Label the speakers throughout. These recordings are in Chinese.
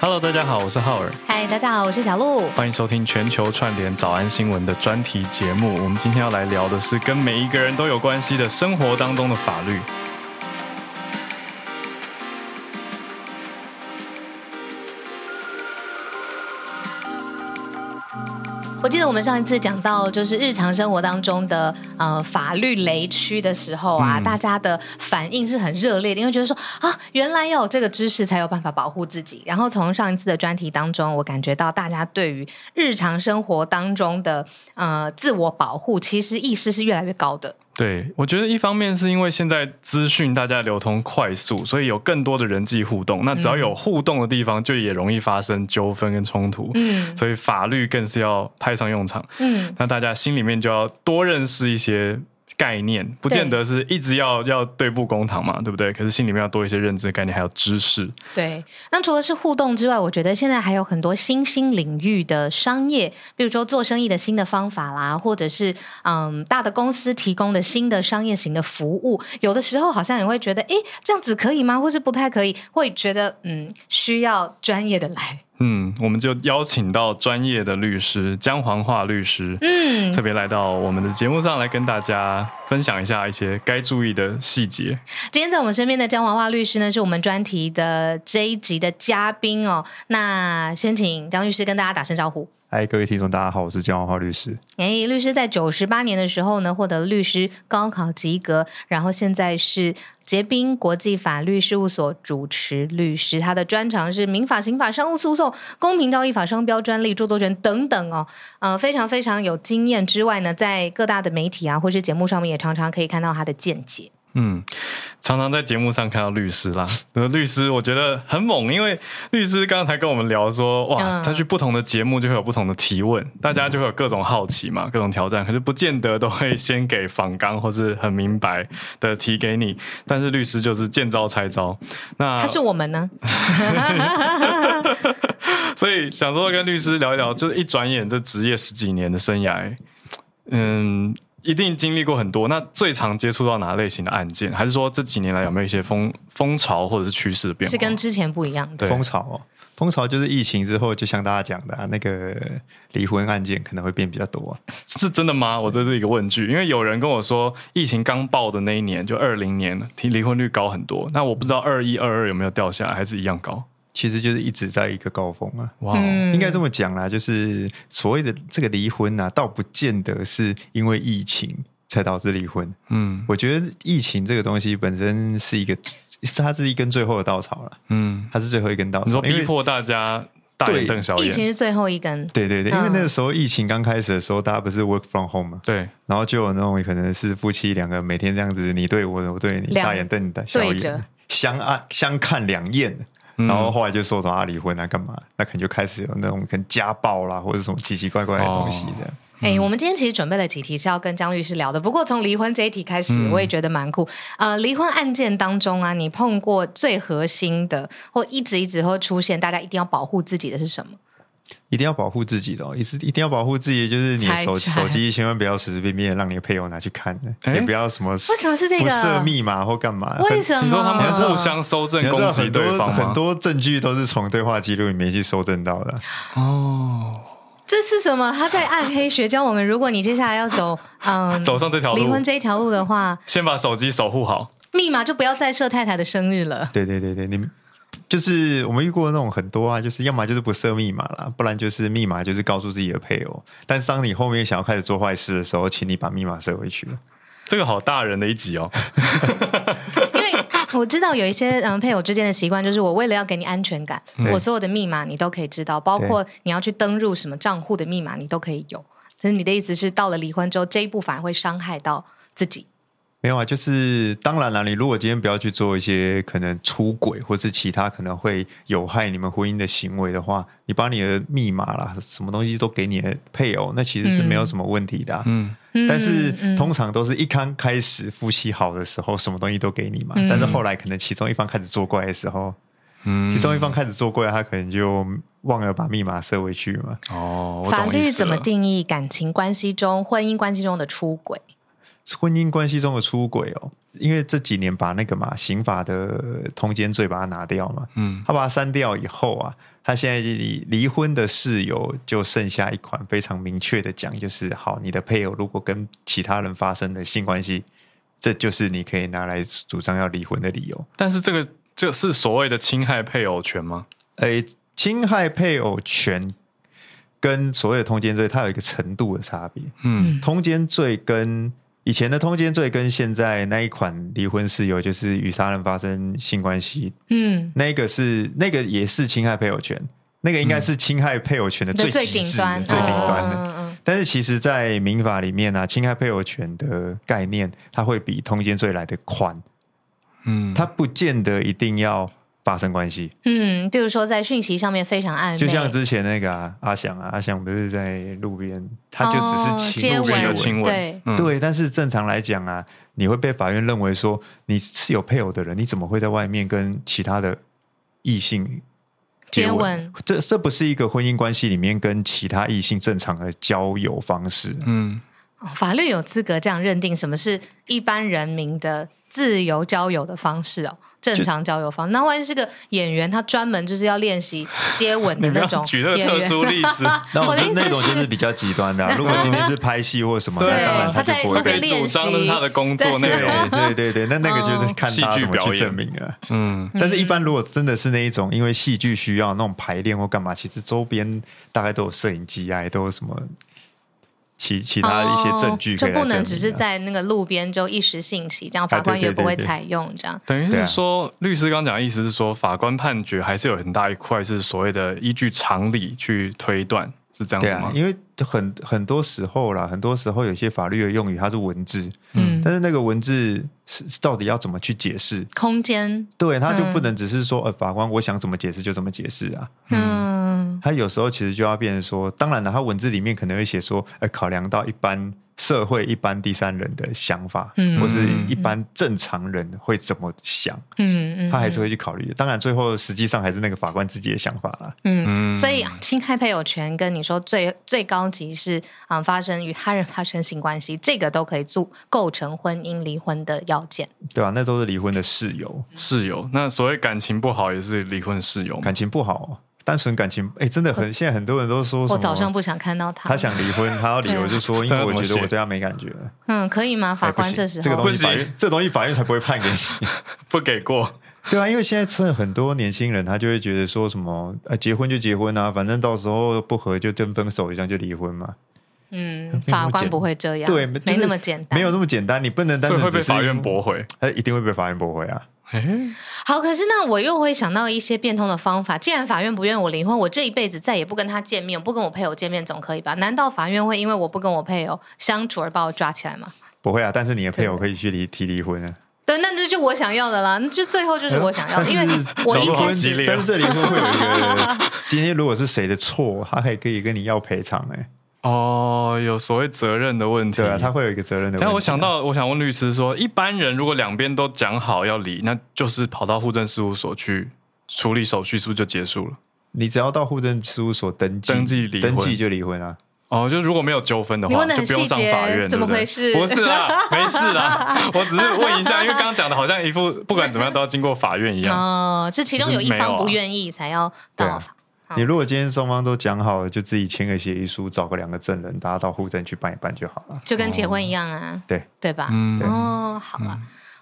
Speaker 1: Hello，大家好，我是浩尔，
Speaker 2: 嗨，大家好，我是小鹿。
Speaker 1: 欢迎收听全球串联早安新闻的专题节目。我们今天要来聊的是跟每一个人都有关系的生活当中的法律。
Speaker 2: 我记得我们上一次讲到就是日常生活当中的呃法律雷区的时候啊，
Speaker 1: 嗯
Speaker 2: 大家的反应是很热烈的，因为觉得说啊，原来要有这个知识才有办法保护自己。然后从上一次的专题当中，我感觉到大家对于日常生活当中的呃自我保护，其实意识是越来越高的。
Speaker 1: 对，我觉得一方面是因为现在资讯大家流通快速，所以有更多的人际互动。那只要有互动的地方，就也容易发生纠纷跟冲突。
Speaker 2: 嗯
Speaker 1: 所以法律更是要派上用场。
Speaker 2: 嗯，
Speaker 1: 那大家心里面就要多认识一些概念，不见得是一直要要对簿公堂嘛，对不对？可是心里面要多一些认知概念，还有知识。
Speaker 2: 对。那除了是互动之外，我觉得现在还有很多新兴领域的商业，比如说做生意的新的方法啦，或者是嗯大的公司提供的新的商业型的服务，有的时候好像也会觉得，诶，这样子可以吗？或是不太可以，会觉得嗯需要专业的来，
Speaker 1: 嗯，我们就邀请到专业的律师姜黄化律师，特
Speaker 2: 嗯。
Speaker 1: 别来到我们的节目上来跟大家分享一下一些该注意的细节。
Speaker 2: 今天在我们身边的姜华华律师呢，是我们专题的这一集的嘉宾哦。那先请姜律师跟大家打声招呼。
Speaker 3: 嗨，各位听众，大家好，我是姜文华律师。
Speaker 2: 哎，律师在九十八年的时候呢，获得律师呃高考及格，然后现在是结冰国际法律事务所主持律师。他的专长是民法、刑法、商务诉讼、公平交易法、商标、专利、著作权等等哦，呃，非常非常有经验。之外呢，在各大的媒体啊或是节目上面，也常常可以看到他的见解。
Speaker 1: 嗯，常常在节目上看到律师啦，呃律师我觉得很猛，因为律师刚才跟我们聊说，哇，
Speaker 2: 嗯
Speaker 1: 他去不同的节目就会有不同的提问，大家就会有各种好奇嘛，各种挑战，可是不见得都会先给仿纲或是很明白的提给你，但是律师就是见招拆招。
Speaker 3: 啊
Speaker 1: 那
Speaker 2: 他是我们呢，
Speaker 1: 所以想说跟律师聊一聊，就是一转眼这职业十几年的生涯，嗯，一定经历过很多。那最常接触到哪类型的案件？还是说这几年来有没有一些风风潮或者是趋势的变化？
Speaker 2: 是跟之前不一样的。
Speaker 1: 对
Speaker 3: 风潮、哦，风潮就是疫情之后，就像大家讲的、啊，那个离婚案件可能会变比较多、啊。
Speaker 1: 是真的吗？我这是一个问句，因为有人跟我说，疫情刚爆的那一年，就二零年，离离婚率高很多。那我不知道二一二二有没有掉下来，还是一样高？
Speaker 3: 其实就是一直在一个高峰啊，
Speaker 1: 哇、哦
Speaker 3: 应该这么讲啦，就是所谓的这个离婚啊，倒不见得是因为疫情才导致离婚。
Speaker 1: 嗯
Speaker 3: 我觉得疫情这个东西本身是一个，是它是一根最后的稻草了，
Speaker 1: 嗯，
Speaker 3: 它是最后一根稻
Speaker 1: 你说
Speaker 3: 草，因
Speaker 1: 逼
Speaker 3: 为
Speaker 1: 迫大家大眼
Speaker 3: 对
Speaker 1: 瞪小
Speaker 2: 疫情
Speaker 1: 眼，
Speaker 2: 是最后一根，
Speaker 3: 对对对，因为
Speaker 2: 嗯
Speaker 3: 那个时候疫情刚开始的时候，大家不是 work from home 吗？
Speaker 1: 对，
Speaker 3: 然后就有那种可能是夫妻两个每天这样子，你对我，我对你，
Speaker 2: 两
Speaker 3: 大眼瞪大小
Speaker 2: 对着
Speaker 3: 眼，相爱相看两厌。
Speaker 1: 嗯
Speaker 3: 然后后来就说什么啊离婚啊干嘛？那可能就开始有那种可能家暴啊啦，或者什么奇奇怪怪的东西这
Speaker 1: 哦
Speaker 3: 样。
Speaker 2: 哎、我们今天其实准备了几题是要跟张律师聊的，不过从离婚这一题开始，
Speaker 1: 嗯
Speaker 2: 我也觉得蛮酷。呃，离婚案件当中啊，你碰过最核心的，或一直一直会出现，大家一定要保护自己的是什么？
Speaker 3: 一定要保护自己的、哦，一是一定要保护自己，就是你的手
Speaker 2: 财产
Speaker 3: 手机千万不要随随便便让你的配偶拿去看的，
Speaker 1: 哎
Speaker 3: 也不要什么
Speaker 2: 为什么是这个
Speaker 3: 不设密码或干嘛。
Speaker 2: 为什么？
Speaker 1: 你说他
Speaker 3: 你要知
Speaker 1: 们互
Speaker 3: 道
Speaker 1: 相搜证
Speaker 3: 你要知
Speaker 1: 攻
Speaker 3: 道
Speaker 1: 击
Speaker 3: 很多
Speaker 1: 对方吗？
Speaker 3: 很多证据都是从对话记录里面去搜证到的。
Speaker 1: 哦，
Speaker 2: 这是什么？他在暗黑学教我们，如果你接下来要走，嗯，
Speaker 1: 走上这条
Speaker 2: 离
Speaker 1: 路，
Speaker 2: 婚这一条路的话，
Speaker 1: 先把手机守护好。
Speaker 2: 密码就不要再设太太的生日了。
Speaker 3: 对对对对，你就是我们遇过那种很多啊，就是要么就是不设密码啦，不然就是密码就是告诉自己的配偶。但是当你后面想要开始做坏事的时候，请你把密码设回去了。
Speaker 1: 这个好大人的一 集哦，
Speaker 2: 因为我知道有一些嗯配偶之间的习惯，就是我为了要给你安全感，
Speaker 3: 对
Speaker 2: 我所有的密码你都可以知道，包括你要去登入什么账户的密码，你都可以有。就是你的意思是，到了离婚之后，这一步反而会伤害到自己。
Speaker 3: 没有啊，就是当然了，你如果今天不要去做一些可能出轨或是其他可能会有害你们婚姻的行为的话，你把你的密码啦，什么东西都给你的配偶，那其实是没有什么问题的啊、
Speaker 1: 嗯，
Speaker 2: 嗯
Speaker 3: 但是
Speaker 2: 嗯
Speaker 3: 通常都是一刚开始夫妻好的时候，什么东西都给你嘛。
Speaker 2: 嗯
Speaker 3: 但是后来可能其中一方开始作怪的时候，
Speaker 1: 嗯
Speaker 3: 其中一方开始作怪，他可能就忘了把密码设回去嘛。
Speaker 1: 哦，我懂
Speaker 2: 法
Speaker 1: 意
Speaker 2: 律
Speaker 1: 思
Speaker 2: 怎么
Speaker 1: 了？
Speaker 2: 定义感情关系中、婚姻关系中的出轨？
Speaker 3: 婚姻关系中的出轨哦，因为这几年把那个嘛刑法的通奸罪把它拿掉嘛，
Speaker 1: 嗯
Speaker 3: 他把它删掉以后啊，他现在离离婚的事由就剩下一款非常明确的讲，就是好，你的配偶如果跟其他人发生的性关系，这就是你可以拿来主张要离婚的理由。
Speaker 1: 但是这个这是所谓的侵害配偶权吗？
Speaker 3: 诶，侵害配偶权跟所谓的通奸罪，它有一个程度的差别。
Speaker 1: 嗯
Speaker 3: 通奸罪跟以前的通奸罪跟现在那一款离婚事由，就是与杀人发生性关系，
Speaker 2: 嗯，
Speaker 3: 那个是那个也是侵害配偶权，那个应该是侵害配偶权的
Speaker 2: 最
Speaker 3: 最极
Speaker 2: 顶
Speaker 3: 致的、
Speaker 2: 端，
Speaker 3: 最顶端的。
Speaker 2: 嗯嗯嗯
Speaker 3: 但是其实，在民法里面啊，侵害配偶权的概念，它会比通奸罪来的宽，
Speaker 1: 嗯，
Speaker 3: 它不见得一定要发生关系。
Speaker 2: 嗯，嗯比如说在讯息上面非常暧昧，
Speaker 3: 就像之前那个、啊、阿翔啊，阿翔不是在路边，他就只是亲
Speaker 2: 哦
Speaker 1: 是
Speaker 2: 接
Speaker 3: 路边
Speaker 1: 一个
Speaker 3: 的
Speaker 2: 吻
Speaker 1: 亲吻，
Speaker 2: 对
Speaker 1: 嗯，
Speaker 3: 对，但是正常来讲啊，你会被法院认为说你是有配偶的人，你怎么会在外面跟其他的异性
Speaker 2: 接
Speaker 3: 吻？
Speaker 2: 吻，
Speaker 3: 这这不是一个婚姻关系里面跟其他异性正常的交友方式。
Speaker 1: 嗯
Speaker 2: 哦法律有资格这样认定什么是一般人民的自由交友的方式哦，正常交友方。那万一是个演员，他专门就是要练习接吻
Speaker 1: 你
Speaker 2: 的
Speaker 1: 不要
Speaker 2: 那种
Speaker 1: 举这个
Speaker 2: 演员，
Speaker 1: 特殊例 子，
Speaker 3: 那我
Speaker 2: 我的
Speaker 3: 觉得
Speaker 2: 意
Speaker 3: 那种
Speaker 2: 思
Speaker 3: 就是比较极端的啊、 如果今天是拍戏或什么，
Speaker 1: 对
Speaker 3: 那当然
Speaker 1: 他
Speaker 3: 就
Speaker 2: 在
Speaker 3: 不
Speaker 2: 那
Speaker 3: 会
Speaker 2: 个
Speaker 1: 可
Speaker 3: 被
Speaker 1: 以
Speaker 2: 练
Speaker 1: 主张那是他的工 作内
Speaker 3: 对
Speaker 1: 容。
Speaker 3: 对对对，那那个就是看大家怎
Speaker 1: 戏
Speaker 3: 么去
Speaker 1: 剧表演
Speaker 3: 证明啊了、
Speaker 1: 嗯，
Speaker 3: 但是，一般如果真的是那一种，因为戏剧需要那种排练或干嘛，其实周边大概都有摄影机啊，也都有什么其其他的一些证据
Speaker 2: 哦就
Speaker 3: 可以来证明啊、啊
Speaker 2: 不能只是在那个路边就一时兴起，这样法官也不会采用这样。
Speaker 1: 等于
Speaker 3: 对
Speaker 1: 是
Speaker 3: 啊
Speaker 1: 说，律师刚讲的意思是说，法官判决还是有很大一块是所谓的依据常理去推断，是这样
Speaker 3: 对
Speaker 1: 子
Speaker 3: 啊
Speaker 1: 吗，？
Speaker 3: 因为很很多时候啦，很多时候有些法律的用语它是文字，
Speaker 1: 嗯
Speaker 3: 但是那个文字是是到底要怎么去解释？
Speaker 2: 空间，
Speaker 3: 对，他就
Speaker 2: 嗯
Speaker 3: 不能只是说，呃，法官我想怎么解释就怎么解释啊。
Speaker 2: 嗯
Speaker 3: 他有时候其实就要变成说，当然了，他文字里面可能会写说，呃，考量到一般社会、一般第三人的想法，
Speaker 2: 嗯
Speaker 3: 或是一般正常人会怎么想，
Speaker 2: 嗯嗯，
Speaker 3: 他还是会去考虑。当然，最后实际上还是那个法官自己的想法啦。
Speaker 2: 嗯，
Speaker 1: 嗯
Speaker 2: 所以侵害配偶权跟你说最最高级是啊、发生与 他人发生性关系，这个都可以做构成婚姻离婚的要件。
Speaker 3: 对啊吧、那都是离婚的事由，
Speaker 1: 室友，那所谓感情不好也是离婚室友吗，
Speaker 3: 感情不好、单纯感情，哎，真的很，现在很多人都说什么
Speaker 2: 我早上不想看到他，
Speaker 3: 他想离婚，他要理由 就说，因
Speaker 1: 对啊
Speaker 3: 为我
Speaker 1: 这
Speaker 3: 觉
Speaker 1: 要怎么
Speaker 3: 得
Speaker 1: 写
Speaker 3: 我对他没感觉了。
Speaker 2: 嗯，可以吗？法
Speaker 3: 哎不
Speaker 2: 官
Speaker 3: 行
Speaker 2: 这时候
Speaker 3: 这个东西法
Speaker 1: 不
Speaker 3: 院，这东西法院才不会判给你。
Speaker 1: 不给过。
Speaker 3: 对啊，因为现在真的很多年轻人，他就会觉得说什么，呃，结婚就结婚啊，反正到时候不合就跟分手一样就离婚嘛。
Speaker 2: 嗯，法官不会这样，
Speaker 3: 对，就是
Speaker 2: 没那么简单，
Speaker 3: 没有那么简单，你不能单
Speaker 1: 所以
Speaker 3: 纯
Speaker 1: 会被
Speaker 3: 只是
Speaker 1: 法院驳，回。
Speaker 3: 他一定会被法院驳回啊。
Speaker 1: 哎，
Speaker 2: 好，可是那我又会想到一些变通的方法。既然法院不愿我离婚，我这一辈子再也不跟他见面，不跟我配偶见面总可以吧？难道法院会因为我不跟我配偶相处而把我抓起来吗？
Speaker 3: 不会啊，但是你的配偶
Speaker 2: 对
Speaker 3: 可以去离提离婚啊，
Speaker 2: 对，那这就我想要的啦，那就最后就是我想要的，
Speaker 3: 哎但是
Speaker 2: 因为我一
Speaker 1: 走路
Speaker 2: 开
Speaker 1: 很
Speaker 2: 始
Speaker 1: 激烈
Speaker 3: 但是这离婚会有一 个，今天如果是谁的错，他还可以跟你要赔偿哎，
Speaker 1: 哦，有所谓责任的问题。
Speaker 3: 对啊，他会有一个责任的问题啊。
Speaker 1: 但我想到，我想问律师说，一般人如果两边都讲好要离，那就是跑到户政事务所去处理手续，是不是就结束了？
Speaker 3: 你只要到户政事务所登记，
Speaker 1: 登记离婚
Speaker 3: 登记就离婚啊。
Speaker 1: 哦，就如果没有纠纷的
Speaker 2: 你
Speaker 1: 话，
Speaker 2: 问的
Speaker 1: 就
Speaker 2: 很
Speaker 1: 不用
Speaker 2: 细
Speaker 1: 上法
Speaker 2: 节
Speaker 1: 院，，
Speaker 2: 怎么
Speaker 1: 对不对
Speaker 2: 回事？
Speaker 1: 不是啦，没事啦，我只是问一下，因为刚刚讲的好像一副不管怎么样都要经过法院一样。
Speaker 2: 哦，是其中有一
Speaker 1: 就是没有
Speaker 2: 方
Speaker 1: 啊
Speaker 2: 不愿意才要
Speaker 3: 对
Speaker 2: 到
Speaker 3: 啊
Speaker 2: 法。
Speaker 3: 你如果今天双方都讲好了，就自己签个协议书，找个两个证人，大家到户政去办一办就好了。
Speaker 2: 就跟结婚一样啊，
Speaker 3: 对
Speaker 2: 对吧？
Speaker 1: 嗯对
Speaker 2: 哦，好啊。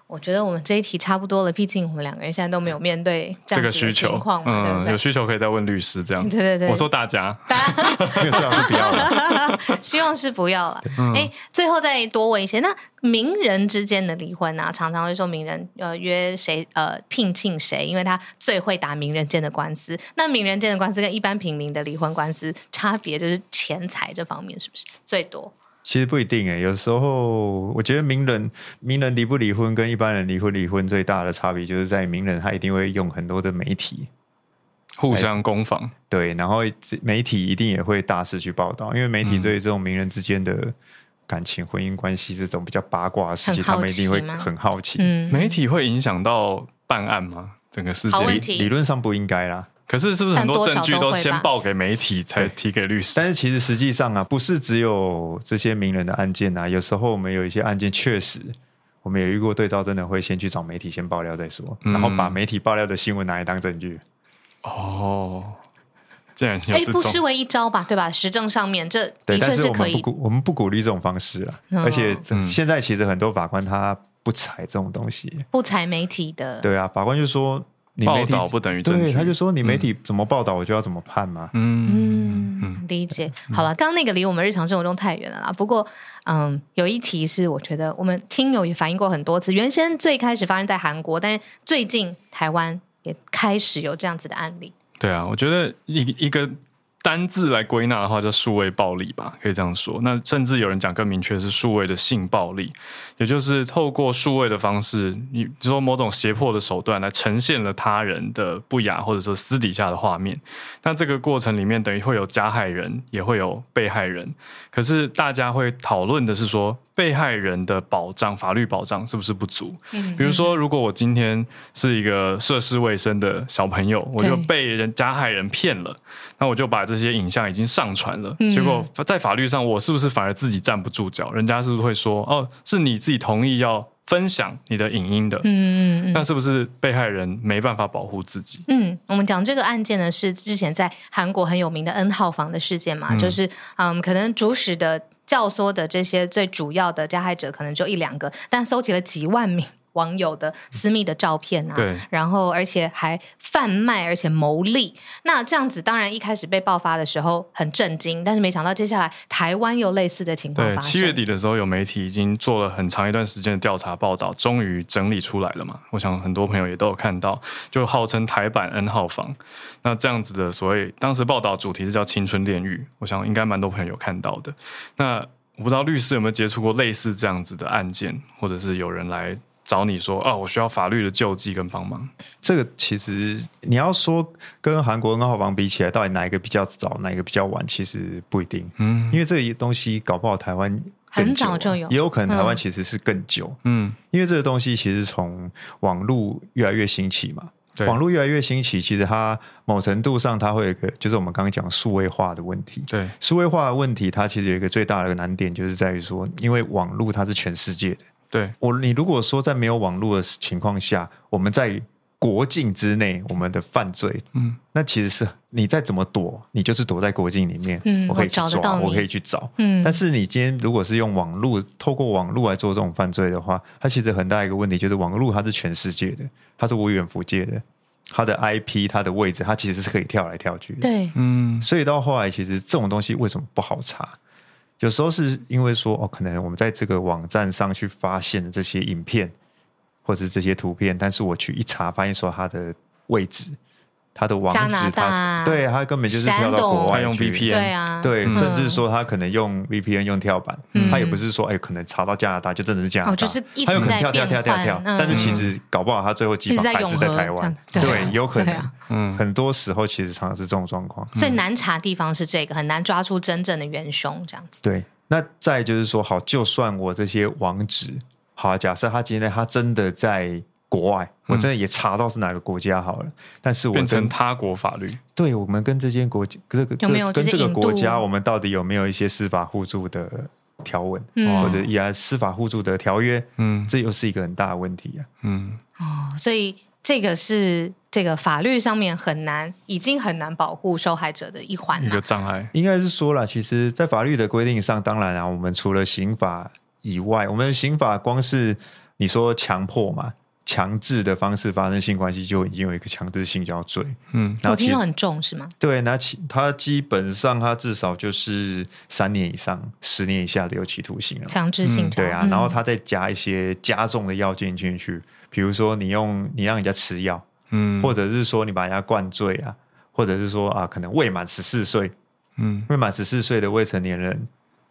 Speaker 2: 我觉得我们这一题差不多了，毕竟我们两个人现在都没有面对这
Speaker 1: 这
Speaker 2: 样
Speaker 1: 个
Speaker 2: 子的
Speaker 1: 需
Speaker 2: 情
Speaker 1: 求
Speaker 2: 况，嘛，
Speaker 1: 嗯，
Speaker 2: 对
Speaker 1: 有
Speaker 2: 不
Speaker 1: 需求可以再问律师这样。
Speaker 2: 对对对
Speaker 1: 我说大家，
Speaker 3: 没有最好是不要了。
Speaker 2: 对？希望是不要了。
Speaker 1: 嗯
Speaker 2: 哎、最后再多问一些，那名人之间的离婚啊，常常会说名人呃约谁呃聘请谁，因为他最会打名人间的官司。那名人间的官司跟一般平民的离婚官司差别就是钱财这方面是不是最多？
Speaker 3: 其实不一定诶、欸有时候我觉得名人名人离不离婚跟一般人离婚离婚最大的差别就是在于名人他一定会用很多的媒体，
Speaker 1: 互相攻防，
Speaker 2: 哎
Speaker 3: 对，然后媒体一定也会大肆去报道，因为媒体
Speaker 1: 嗯
Speaker 3: 对这种名人之间的感情、婚姻关系这种比较八卦的事情，
Speaker 2: 很好
Speaker 3: 他们一定会
Speaker 2: 奇吗
Speaker 3: 很好奇。
Speaker 2: 嗯，
Speaker 1: 媒体会影响到办案吗？整个事
Speaker 2: 好问
Speaker 1: 件，
Speaker 2: 题
Speaker 3: 理论上不应该啦，
Speaker 1: 可是是不是很
Speaker 2: 但多
Speaker 1: 多
Speaker 2: 少
Speaker 1: 证据
Speaker 2: 都
Speaker 1: 都
Speaker 2: 会吧
Speaker 1: 先报给媒体，才
Speaker 3: 对
Speaker 1: 提给律师？
Speaker 3: 但是其实实际上啊，不是只有这些名人的案件啊，有时候我们有一些案件确实。我们也遇过对照，真的会先去找媒体先爆料再说，
Speaker 1: 嗯
Speaker 3: 然后把媒体爆料的新闻拿来当证据。
Speaker 1: 哦，竟然有
Speaker 2: 哎，
Speaker 1: 这
Speaker 2: 不失
Speaker 1: 种，
Speaker 2: 为一招吧，对吧？实证上面这的
Speaker 3: 对，但
Speaker 2: 确
Speaker 3: 是我
Speaker 2: 可
Speaker 3: 们不
Speaker 2: 以，
Speaker 3: 鼓我们不鼓励这种方式啊，
Speaker 2: 哦
Speaker 3: 而且这
Speaker 1: 嗯
Speaker 3: 现在其实很多法官他不采这种东西。
Speaker 2: 不采媒体的，
Speaker 3: 对啊，法官就说你
Speaker 1: 报
Speaker 3: 媒体
Speaker 1: 道不等于证
Speaker 3: 对，
Speaker 1: 据，
Speaker 3: 他就说你媒体怎么报道，我就要怎么判嘛。
Speaker 1: 嗯
Speaker 2: 嗯
Speaker 1: 嗯，
Speaker 2: 理解。好了，刚刚那个离我们日常生活中太远了啦。不过，嗯，有一题是我觉得我们听友也反映过很多次，原先最开始发生在韩国，但是最近台湾也开始有这样子的案例。
Speaker 1: 对啊，我觉得一一个单字来归纳的话，叫数位暴力吧，可以这样说。那甚至有人讲更明确是数位的性暴力，也就是透过数位的方式，你就说某种胁迫的手段来呈现了他人的不雅或者说私底下的画面。那这个过程里面，等于会有加害人，也会有被害人。可是大家会讨论的是说，被害人的保障、法律保障是不是不足？
Speaker 2: 嗯
Speaker 1: 比如说，如果我今天是一个涉世未深的小朋友，我就被人加害人骗了，那我就把这些影像已经上传了，
Speaker 2: 嗯
Speaker 1: 结果在法律上，我是不是反而自己站不住脚？人家是不是会说，哦，是你自己同意要分享你的影音的？
Speaker 2: 嗯嗯嗯
Speaker 1: 那是不是被害人没办法保护自己？
Speaker 2: 嗯，我们讲这个案件呢，是之前在韩国很有名的 N 号房的事件嘛，
Speaker 1: 嗯
Speaker 2: 就是嗯，可能主使的教唆的这些最主要的加害者可能就一两个，但搜集了几万名 网友的私密的照片啊，
Speaker 1: 嗯对，
Speaker 2: 然后而且还贩卖，而且牟利。那这样子，当然一开始被爆发的时候很震惊，但是没想到接下来台湾有类似的情况
Speaker 1: 对，
Speaker 2: 发生。
Speaker 1: 七月，底的时候，有媒体已经做了很长一段时间的调查报道，终于整理出来了嘛。我想很多朋友也都有看到，就号称台版 N 号房。那这样子的所谓，当时报道主题是叫“青春炼狱”，我想应该蛮多朋友有看到的。那我不知道律师有没有接触过类似这样子的案件，或者是有人来找你说：“啊，我需要法律的救济跟帮忙。
Speaker 3: 这个其实你要说跟韩国跟澳房比起来，到底哪一个比较早，哪一个比较晚，其实不一定，”
Speaker 1: 嗯
Speaker 3: 因为这个东西搞不好台湾更
Speaker 2: 很
Speaker 3: 久啊
Speaker 2: 早就有
Speaker 3: 也有可能台湾
Speaker 2: 嗯
Speaker 3: 其实是更久，
Speaker 1: 嗯，
Speaker 3: 因为这个东西其实从网络越来越兴起嘛。
Speaker 1: 对，
Speaker 3: 网络越来越兴起，其实它某程度上它会有一个，就是我们刚刚讲数位化的问题。
Speaker 1: 对，
Speaker 3: 数位化的问题，它其实有一个最大的难点，就是在于说，因为网络它是全世界的。
Speaker 1: 对，
Speaker 3: 我你如果说在没有网络的情况下，我们在国境之内，我们的犯罪，
Speaker 1: 嗯，
Speaker 3: 那其实是你再怎么躲，你就是躲在国境里面。
Speaker 2: 嗯
Speaker 3: 我可以
Speaker 2: 我
Speaker 3: 去
Speaker 2: 找得到
Speaker 3: 抓，
Speaker 2: 你
Speaker 3: 我可以去找。
Speaker 2: 嗯，
Speaker 3: 但是你今天如果是用网络，透过网络来做这种犯罪的话，它其实很大一个问题就是网络它是全世界的，它是无远弗届的，它的 IP、它的位置，它其实是可以跳来跳去的。
Speaker 2: 对，
Speaker 1: 嗯，
Speaker 3: 所以到后来，其实这种东西为什么不好查？有时候是因为说哦，可能我们在这个网站上去发现的这些影片或者是这些图片，但是我去一查，发现说它的位置、它的网
Speaker 2: 加拿
Speaker 3: 址，
Speaker 2: 大
Speaker 3: 它对它根本就是跳到国
Speaker 1: 他
Speaker 3: 外
Speaker 1: 用
Speaker 3: 去。
Speaker 1: VPN，
Speaker 2: 对啊，
Speaker 3: 对，
Speaker 1: 嗯
Speaker 3: 甚至说他可能用 VPN 用跳板，
Speaker 2: 嗯
Speaker 3: 他也不是说哎，可能查到加拿大就真的是加拿大，
Speaker 2: 哦就是一直
Speaker 3: 他有可能
Speaker 2: 在
Speaker 3: 跳跳跳
Speaker 2: 变
Speaker 3: 跳
Speaker 2: 换
Speaker 3: 跳，
Speaker 2: 嗯
Speaker 3: 但是其实搞不好他最后
Speaker 2: 一
Speaker 3: 基
Speaker 2: 直
Speaker 3: 本
Speaker 2: 在
Speaker 3: 还
Speaker 2: 永
Speaker 3: 是
Speaker 2: 和
Speaker 3: 在台
Speaker 2: 这样
Speaker 3: 湾
Speaker 2: 子，对啊
Speaker 3: 对，有可
Speaker 2: 对
Speaker 3: 能
Speaker 2: 啊，
Speaker 1: 嗯
Speaker 3: 很多时候其实常常是这种状况，
Speaker 2: 所以难查地方是这个，很难抓出真正的元凶，这样子。
Speaker 3: 对。那再就是说，好，就算我这些网址，好，假设他今天他真的在国外，我真的也查到是哪个国家好了，但是
Speaker 1: 嗯
Speaker 3: 我
Speaker 1: 变成
Speaker 3: 跟
Speaker 1: 他国法律。
Speaker 3: 对我们跟这间国这个
Speaker 2: 有没有就
Speaker 3: 跟
Speaker 2: 是
Speaker 3: 这个
Speaker 2: 引渡
Speaker 3: 国家，我们到底有没有一些司法互助的条文？
Speaker 2: 嗯
Speaker 3: 或者依然司法互助的条约，
Speaker 1: 嗯
Speaker 3: 这又是一个很大的问题啊。
Speaker 1: 嗯，
Speaker 2: 哦，所以这个是这个法律上面很难，已经很难保护受害者的一环
Speaker 1: 嗯
Speaker 3: 嗯
Speaker 1: 一个
Speaker 2: 了。
Speaker 1: 障碍。
Speaker 3: 应该是说了，其实，在法律的规定上，当然啊，我们除了刑法以外，我们刑法光是你说强迫嘛，强制的方式发生性关系，就已经有一个强制性交罪。
Speaker 1: 嗯
Speaker 3: 然
Speaker 2: 我
Speaker 3: 后其
Speaker 2: 听
Speaker 3: 实
Speaker 2: 说很重是吗？
Speaker 3: 对，那其它基本上它至少就是三年以上、十年以下的有期徒刑了。
Speaker 2: 强制性交、
Speaker 3: 对啊，
Speaker 2: 嗯
Speaker 3: 然后他再加一些加重的药进进去，比如说你用你让人家吃药，
Speaker 1: 嗯，
Speaker 3: 或者是说你把人家灌醉啊，或者是说啊，可能未满十四岁，
Speaker 1: 嗯
Speaker 3: 未满十四岁的未成年人，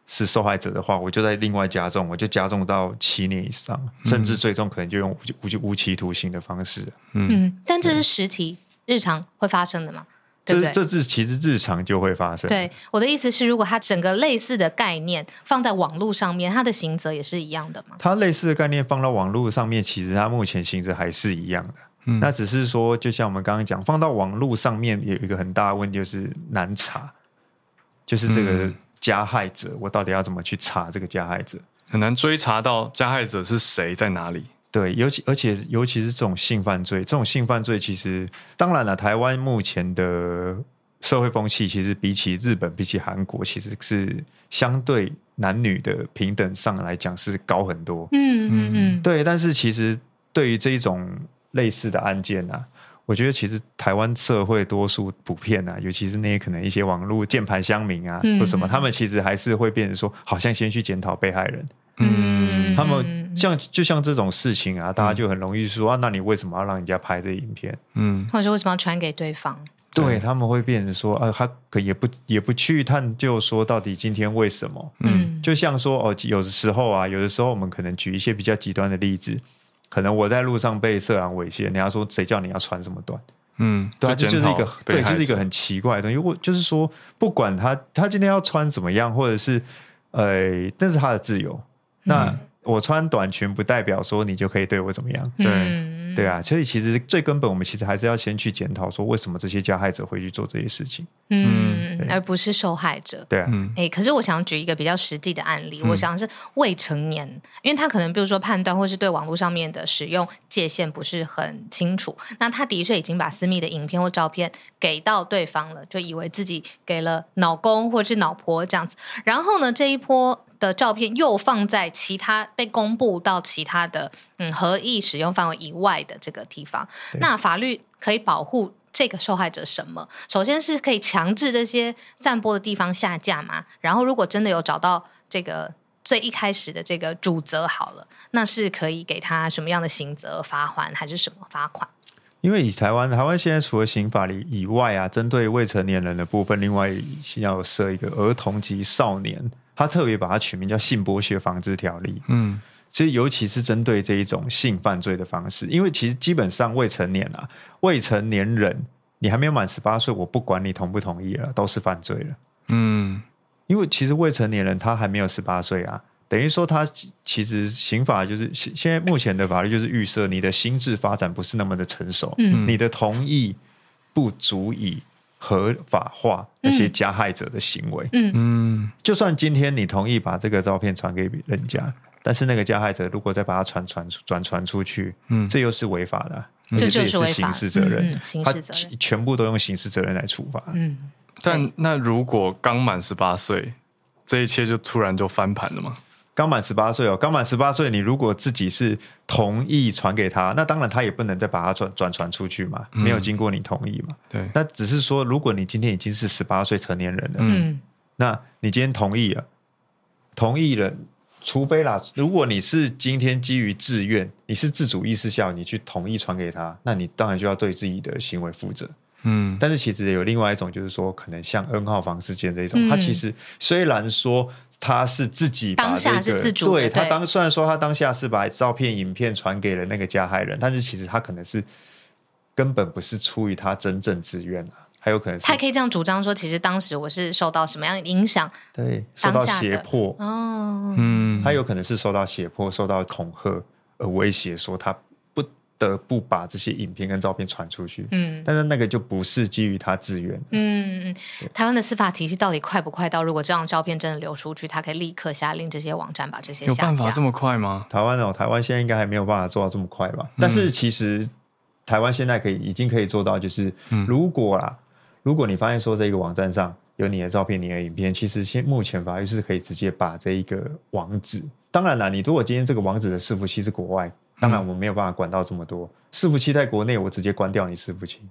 Speaker 3: 是受害者的话，我就在另外加重，我就加重到七年以上，甚至最终可能就用无期无期无期徒刑的方式。
Speaker 1: 嗯，
Speaker 2: 嗯，但这是实体日常会发生的嘛，对不
Speaker 3: 这
Speaker 2: 对？
Speaker 3: 这是其实日常就会发生。
Speaker 2: 对，，我的意思是，如果它整个类似的概念放在网络上面，它的刑责也是一样的嘛？
Speaker 3: 它类似的概念放到网络上面，其实它目前性质还是一样的。
Speaker 1: 嗯
Speaker 3: 那只是说，就像我们刚刚讲，放到网络上面有一个很大的问题，就是难查，就是这个
Speaker 1: 嗯
Speaker 3: 加害者，我到底要怎么去查这个加害者？
Speaker 1: 很难追查到加害者是谁在哪里。
Speaker 3: 对，尤其而且尤其是这种性犯罪，这种性犯罪其实当然了，台湾目前的社会风气其实比起日本、比起韩国，其实是相对男女的平等上来讲是高很多。
Speaker 2: 嗯
Speaker 1: 嗯嗯
Speaker 3: 对，但是其实对于这一种类似的案件啊，我觉得其实台湾社会多数普遍啊，尤其是那些可能一些网络键盘乡民啊，
Speaker 2: 嗯
Speaker 3: 或什么，
Speaker 2: 嗯
Speaker 3: 他们其实还是会变成说，好像先去检讨被害人，
Speaker 2: 嗯
Speaker 3: 他们像就像这种事情啊，大家就很容易说啊，那你为什么要让人家拍这影片？
Speaker 1: 嗯
Speaker 2: 或者说为什么要传给对方？
Speaker 3: 对他们会变成说，啊，他可也不也不去探究说到底今天为什么，
Speaker 1: 嗯
Speaker 3: 就像说哦，有的时候啊，有的时候我们可能举一些比较极端的例子，可能我在路上被色狼猥亵，人家说谁叫你要穿这么短？
Speaker 1: 嗯，
Speaker 3: 对啊，这就是一
Speaker 1: 检
Speaker 3: 个
Speaker 1: 讨
Speaker 3: 对，
Speaker 1: 被害
Speaker 3: 就是一个
Speaker 1: 者
Speaker 3: 很奇怪的东西。我就是说，不管他他今天要穿怎么样，或者是呃，那是他的自由。那、
Speaker 2: 嗯
Speaker 3: 我穿短裙不代表说你就可以对我怎么样。
Speaker 1: 对
Speaker 2: 嗯
Speaker 3: 对，啊，所以其实最根本，我们其实还是要先去检讨，说为什么这些加害者会去做这些事情。
Speaker 2: 嗯，
Speaker 3: 对
Speaker 2: 而不是受害者。
Speaker 3: 对啊，
Speaker 1: 嗯
Speaker 2: 哎、可是我想举一个比较实际的案例，
Speaker 1: 嗯
Speaker 2: 我想是未成年，因为他可能比如说判断或是对网络上面的使用界限不是很清楚，那他的确已经把私密的影片或照片给到对方了，就以为自己给了老公或是老婆这样子，然后呢这一波。的照片又放在其他被公布到其他的嗯合意使用范围以外的这个地方，
Speaker 3: 对
Speaker 2: 那法律可以保护这个受害者什么？首先是可以强制这些散播的地方下架嘛。然后，如果真的有找到这个最一开始的这个主责好了，那是可以给他什么样的刑责、罚还还是什么罚款？
Speaker 3: 因为以台湾，台湾现在除了刑法里以外啊，针对未成年人的部分，另外要有设一个儿童及少年，他特别把它取名叫性剥削防治条例。
Speaker 1: 嗯
Speaker 3: 所以，尤其是针对这一种性犯罪的方式，因为其实基本上未成年啊，未成年人，你还没有满十八岁，我不管你同不同意了，都是犯罪了。
Speaker 1: 嗯
Speaker 3: 因为其实未成年人他还没有十八岁啊，等于说他其其实刑法就是现现在目前的法律就是预设你的心智发展不是那么的成熟，
Speaker 2: 嗯
Speaker 3: 你的同意不足以合法化那些加害者的行为。
Speaker 2: 嗯
Speaker 1: 嗯
Speaker 3: 就算今天你同意把这个照片传给人家，但是那个加害者如果再把它传传转传出去，
Speaker 1: 嗯
Speaker 3: 这又是违法的啊、
Speaker 2: 嗯
Speaker 3: 而且
Speaker 2: 这就
Speaker 3: 这
Speaker 2: 是
Speaker 3: 也
Speaker 2: 违法
Speaker 3: 刑事责任，
Speaker 2: 嗯嗯刑
Speaker 3: 他
Speaker 2: 事责任
Speaker 3: 全部都用刑事责任来处罚。
Speaker 2: 嗯，
Speaker 1: 但那如果刚满十八岁，这一切就突然就翻盘了嘛？
Speaker 3: 刚满十八岁哦，刚满十八岁，你如果自己是同意传给他，那当然他也不能再把它转转传出去嘛，
Speaker 1: 嗯
Speaker 3: 没有经过你同意嘛。
Speaker 1: 对，
Speaker 3: 那只是说，如果你今天已经是十八岁成年人了，
Speaker 2: 嗯
Speaker 3: 那你今天同意了，同意了，除非啦，如果你是今天基于自愿，你是自主意识下你去同意传给他，那你当然就要对自己的行为负责。
Speaker 1: 嗯
Speaker 3: 但是其实也有另外一种，就是说，可能像 N 号房事件这一种，
Speaker 2: 嗯
Speaker 3: 他其实虽然说他是自己把
Speaker 2: 当
Speaker 3: 这
Speaker 2: 下
Speaker 3: 个，
Speaker 2: 是自主的
Speaker 3: 对他
Speaker 2: 对
Speaker 3: 当虽然说他当下是把照片、影片传给了那个加害人，但是其实他可能是根本不是出于他真正自愿啊，还有可能是
Speaker 2: 他也可以这样主张说，其实当时我是受到什么样的影响？
Speaker 3: 对受到
Speaker 2: 当下的
Speaker 3: 胁迫，
Speaker 2: 哦，
Speaker 1: 嗯
Speaker 3: 他有可能是受到胁迫、受到恐吓而威胁，说他不得不把这些影片跟照片传出去，
Speaker 2: 嗯。
Speaker 3: 但是那个就不是基于他自愿的。
Speaker 2: 嗯，嗯，台湾的司法体系到底快不快到？如果这张照片真的流出去，他可以立刻下令这些网站把这些
Speaker 1: 有
Speaker 2: 下
Speaker 1: 办法这
Speaker 2: 架。
Speaker 1: 么快吗？
Speaker 3: 台湾哦，台湾现在应该还没有办法做到这么快吧？
Speaker 1: 嗯
Speaker 3: 但是其实台湾现在可以已经可以做到，就是、
Speaker 1: 嗯
Speaker 3: 如果啦，如果你发现说这个网站上有你的照片、你的影片，其实现目前法律是可以直接把这一个网址，当然啦，你如果今天这个网址的伺服器是国
Speaker 1: 嗯
Speaker 3: 外，当然我们没有办法管到这么多。伺服器在国内，我直接关掉你伺服器。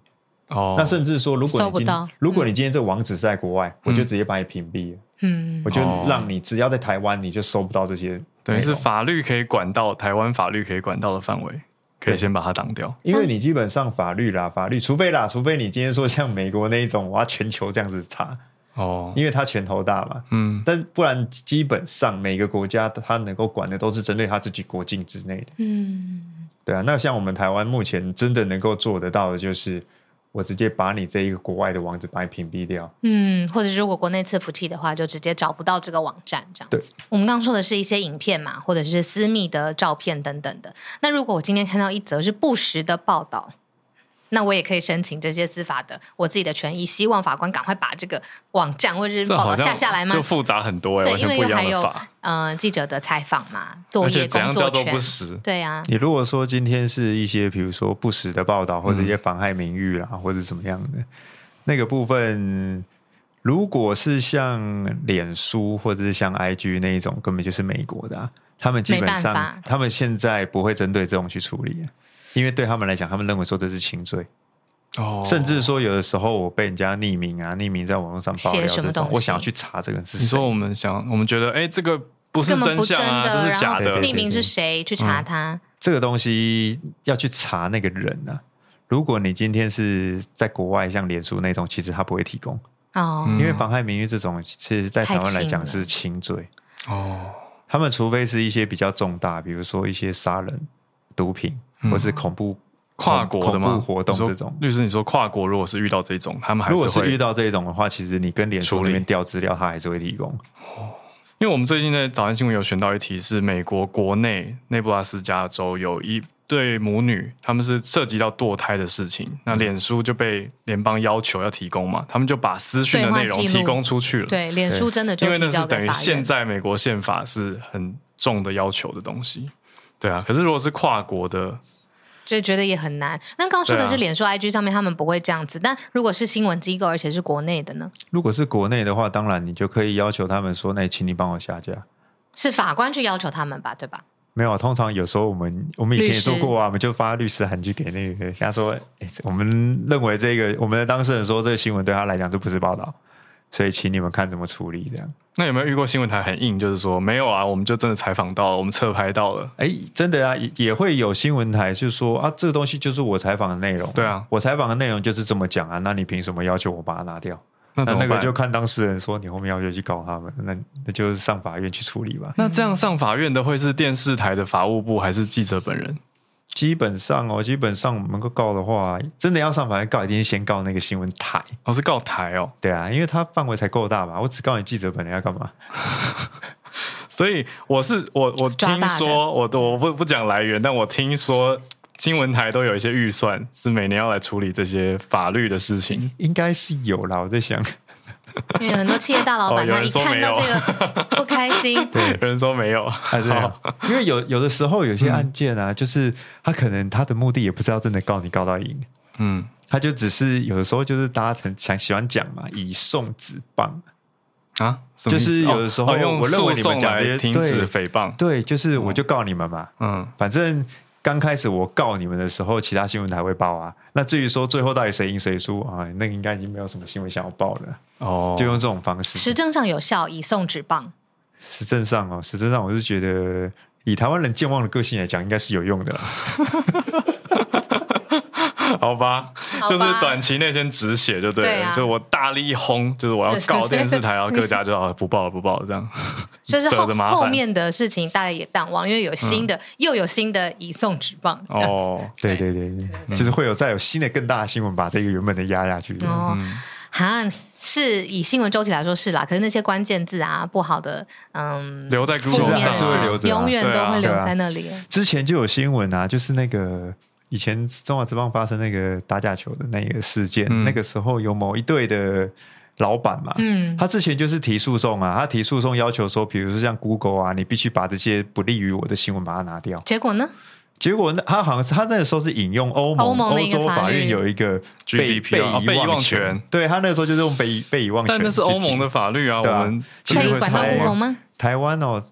Speaker 1: 哦，
Speaker 3: 那甚至说，如果
Speaker 2: 搜
Speaker 3: 你
Speaker 2: 不
Speaker 3: 今
Speaker 2: 到
Speaker 3: 如果你今天这个网址是在国外，我就
Speaker 1: 嗯
Speaker 3: 直接把你屏蔽了，
Speaker 2: 嗯
Speaker 3: 我就
Speaker 1: 哦
Speaker 3: 让你只要在台湾，你就收不到这些内容。
Speaker 1: 等于是法律可以管到台湾法律可以管到的范围，可以
Speaker 3: 对
Speaker 1: 先把它挡掉。
Speaker 3: 因为你基本上法律啦，法律，除非啦，除非你今天说像美国那一种，我要全球这样子查，
Speaker 1: 哦，
Speaker 3: 因为他拳头大嘛。
Speaker 1: 嗯
Speaker 3: 但不然，基本上每个国家他能够管的都是针对他自己国境之内的，
Speaker 2: 嗯，
Speaker 3: 对啊。那像我们台湾目前真的能够做得到的，就是我直接把你这一个国外的网址把你屏蔽掉。
Speaker 2: 嗯，或者是如果国内伺服器的话，就直接找不到这个网站这样
Speaker 3: 对
Speaker 2: 子。我们刚刚说的是一些影片嘛，或者是私密的照片等等的。那如果我今天看到一则是不实的报道，那我也可以申请这些司法的我自己的权益，希望法官赶快把这个网站或者是
Speaker 1: 这
Speaker 2: 报
Speaker 1: 好
Speaker 2: 道
Speaker 1: 像
Speaker 2: 下下来吗
Speaker 1: 就？复杂很多哎、
Speaker 2: 对，
Speaker 1: 完
Speaker 2: 因
Speaker 1: 全
Speaker 2: 为
Speaker 1: 不一
Speaker 2: 又还
Speaker 1: 样的
Speaker 2: 有
Speaker 1: 法，
Speaker 2: 呃记者的采访嘛，作
Speaker 1: 而
Speaker 2: 业
Speaker 1: 且怎
Speaker 2: 工
Speaker 1: 样叫
Speaker 2: 作
Speaker 1: 做
Speaker 2: 权
Speaker 1: 不，实？
Speaker 2: 对啊，
Speaker 3: 你如果说今天是一些比如说不实的报道，或者一些妨害名誉啦，
Speaker 2: 嗯
Speaker 3: 或者怎么样的那个部分，如果是像脸书或者是像 IG 那一种，根本就是美国的、啊，他们基本
Speaker 2: 没办
Speaker 3: 上
Speaker 2: 法
Speaker 3: 他们现在不会针对这种去处理，因为对他们来讲，他们认为说这是轻罪，
Speaker 1: 哦，
Speaker 3: 甚至说有的时候我被人家匿名啊，匿名在网络上爆料
Speaker 2: 写什
Speaker 3: 这
Speaker 2: 么
Speaker 3: 种
Speaker 2: 东，西
Speaker 3: 我想要去查这个人是
Speaker 1: 你说
Speaker 3: 谁，
Speaker 1: 我们想，我们觉得哎、这个不是
Speaker 2: 根本
Speaker 1: 真
Speaker 2: 不真
Speaker 1: 相啊，
Speaker 2: 的，
Speaker 1: 这是假
Speaker 2: 然
Speaker 1: 的嗯
Speaker 2: 后
Speaker 3: 对对
Speaker 2: 匿名是谁去查他？
Speaker 3: 这个东西要去查那个人啊。如果你今天是在国外，像脸书那种，其实他不会提供。
Speaker 2: 哦，
Speaker 1: 嗯
Speaker 3: 因为妨害名誉这种，其实在台湾来讲
Speaker 2: 太轻了
Speaker 3: 是轻罪。
Speaker 1: 哦，
Speaker 3: 他们除非是一些比较重大，比如说一些杀人、毒品
Speaker 1: 嗯
Speaker 3: 或是恐怖
Speaker 1: 跨
Speaker 3: 恐
Speaker 1: 国的吗？
Speaker 3: 恐怖活动
Speaker 1: 你说
Speaker 3: 这种。
Speaker 1: 律师，你说跨国如果是遇到这种，他们还
Speaker 3: 如果
Speaker 1: 会
Speaker 3: 是遇到这种的话，其实你跟脸书
Speaker 1: 处理
Speaker 3: 那边调资料，他还是会提供。
Speaker 1: 因为我们最近在早安新闻有选到一题，是美国国内内布拉斯加州有一对母女，他们是涉及到堕胎的事情，
Speaker 3: 嗯
Speaker 1: 那脸书就被联邦要求要提供嘛，他们就把私讯的内容
Speaker 2: 对话记录
Speaker 1: 提供出去了。，
Speaker 2: 对，脸书真的就
Speaker 1: 因为那
Speaker 2: 提
Speaker 1: 是
Speaker 2: 交给
Speaker 1: 等于
Speaker 2: 法
Speaker 1: 现
Speaker 2: 院。
Speaker 1: 在美国宪法是很重的要求的东西。对啊，可是如果是跨国的，
Speaker 2: 就觉得也很难。那刚刚说的
Speaker 1: 对
Speaker 2: 是
Speaker 1: 啊
Speaker 2: 脸书、IG 上面他们不会这样子，但如果是新闻机构，而且是国内的呢，
Speaker 3: 如果是国内的话，当然你就可以要求他们说：“那哎请你帮我下架。
Speaker 2: 是法官去要求他们吧，对吧？”
Speaker 3: 没有，通常有时候我们我们以前也
Speaker 2: 律师
Speaker 3: 做过啊，我们就发律师函去给那个他说：“哎，我们认为这个我们的当事人说这个新闻对他来讲这不是报道，所以请你们看怎么处理。”这样。
Speaker 1: 那有没有遇过新闻台很硬，就是说没有啊，我们就真的采访到了，我们侧拍到了，
Speaker 3: 哎，真的啊，也也会有新闻台就说啊，这个东西就是我采访的内容。
Speaker 1: 对啊，
Speaker 3: 我采访的内容就是这么讲啊，那你凭什么要求我把它拿掉？
Speaker 1: 那
Speaker 3: 那
Speaker 1: 怎么
Speaker 3: 那
Speaker 1: 办？
Speaker 3: 个就看当事人说你后面要不要去告他们，那那就是上法院去处理吧。
Speaker 1: 那这样上法院的会是电视台的法务部还是记者本人？
Speaker 3: 基本上哦，基本上能够告的话，真的要上法院告，一定是先告那个新闻台。
Speaker 1: 哦，是告台哦，
Speaker 3: 对啊，因为它范围才够大嘛。我只告你记者本人要干嘛？
Speaker 1: 所以我是我我
Speaker 2: 抓
Speaker 1: 听
Speaker 2: 大的
Speaker 1: 说我我不不讲来源，但我听说新闻台都有一些预算，是每年要来处理这些法律的事情。
Speaker 3: 应该是有啦，我在想。
Speaker 2: 因为很多企业 大老板、
Speaker 1: 哦有
Speaker 2: 他
Speaker 1: 人
Speaker 2: 一
Speaker 1: 说
Speaker 2: 看
Speaker 1: 没
Speaker 2: 到
Speaker 1: 有
Speaker 2: 这 个不开心，
Speaker 1: 对， 有人说没有，
Speaker 3: 啊，对啊，因为有有的时候有些案件
Speaker 1: 嗯
Speaker 3: 啊，就是他可能他的目的也不是要真的告你告到赢，
Speaker 1: 嗯，
Speaker 3: 他就只是有的时候就是大家很想喜欢讲嘛，以送止谤。
Speaker 1: 啊，什么意思
Speaker 3: 就是有的时候
Speaker 1: 哦哦用
Speaker 3: 我认为
Speaker 1: 诉
Speaker 3: 你
Speaker 1: 讼
Speaker 3: 们讲这
Speaker 1: 来
Speaker 3: 些
Speaker 1: 停止诽谤，
Speaker 3: 对，就是我就告你们嘛，
Speaker 1: 嗯，
Speaker 3: 反正刚开始我告你们的时候，其他新闻台会报啊。那至于说最后到底谁赢谁输啊，那个应该已经没有什么新闻想要报了，
Speaker 1: 哦，
Speaker 3: 就用这种方式。
Speaker 2: 实证上有效，以送纸棒。
Speaker 3: 实证上哦，实证上我是觉得。以台湾人健忘的个性来讲，应该是有用的啦。
Speaker 1: 好吧，
Speaker 2: 好吧
Speaker 1: 就是短期内先止血就对了，
Speaker 2: 对啊
Speaker 1: 就我大力一轰，就是我要告电视台，然后各家就啊不报了不报了这样，
Speaker 2: 就是
Speaker 1: 惹
Speaker 2: 后
Speaker 1: 着麻
Speaker 2: 后
Speaker 1: 烦嗯
Speaker 2: 面的事情大家也淡忘，因为有新的、 又有新的以送纸棒。这样子
Speaker 1: 哦，
Speaker 3: 对对对对，就是会有再有新的更大的新闻把这个原本的压下去。
Speaker 2: 哦，
Speaker 1: 嗯
Speaker 2: 哈，是以新闻周期来说是啦，可是那些关键字啊，不好的，嗯，
Speaker 1: 留在
Speaker 2: 负
Speaker 1: Google
Speaker 2: 面
Speaker 3: 其实
Speaker 1: 上
Speaker 3: 还是会
Speaker 2: 啊
Speaker 3: 留着啊
Speaker 2: 永远都会留
Speaker 3: 对啊
Speaker 2: 在那里。
Speaker 3: 之前就有新闻啊，就是那个以前中华职棒发生那个打假球的那个事件，
Speaker 1: 嗯
Speaker 3: 那个时候有某一队的老板嘛，
Speaker 2: 嗯，
Speaker 3: 他之前就是提诉讼啊，他提诉讼要求说，比如说像 Google 啊，你必须把这些不利于我的新闻把它拿掉。
Speaker 2: 结果呢？
Speaker 3: 结果那他好像是他那个时候是引用欧盟
Speaker 2: 欧盟的一个
Speaker 3: 欧洲法
Speaker 2: 法律
Speaker 3: 院有一个被
Speaker 1: GDPR 哦被
Speaker 3: 遗
Speaker 1: 遗忘
Speaker 3: 权，
Speaker 1: 权
Speaker 3: 对他那个时候就是用被被遗忘权去
Speaker 1: 但
Speaker 3: 提，
Speaker 1: 那是欧盟的法律啊，
Speaker 3: 对啊
Speaker 1: 我们
Speaker 3: 其
Speaker 2: 可
Speaker 3: 实
Speaker 2: 以
Speaker 3: 会
Speaker 2: 管到
Speaker 3: 塞啊
Speaker 2: Google 吗？
Speaker 3: 台湾哦，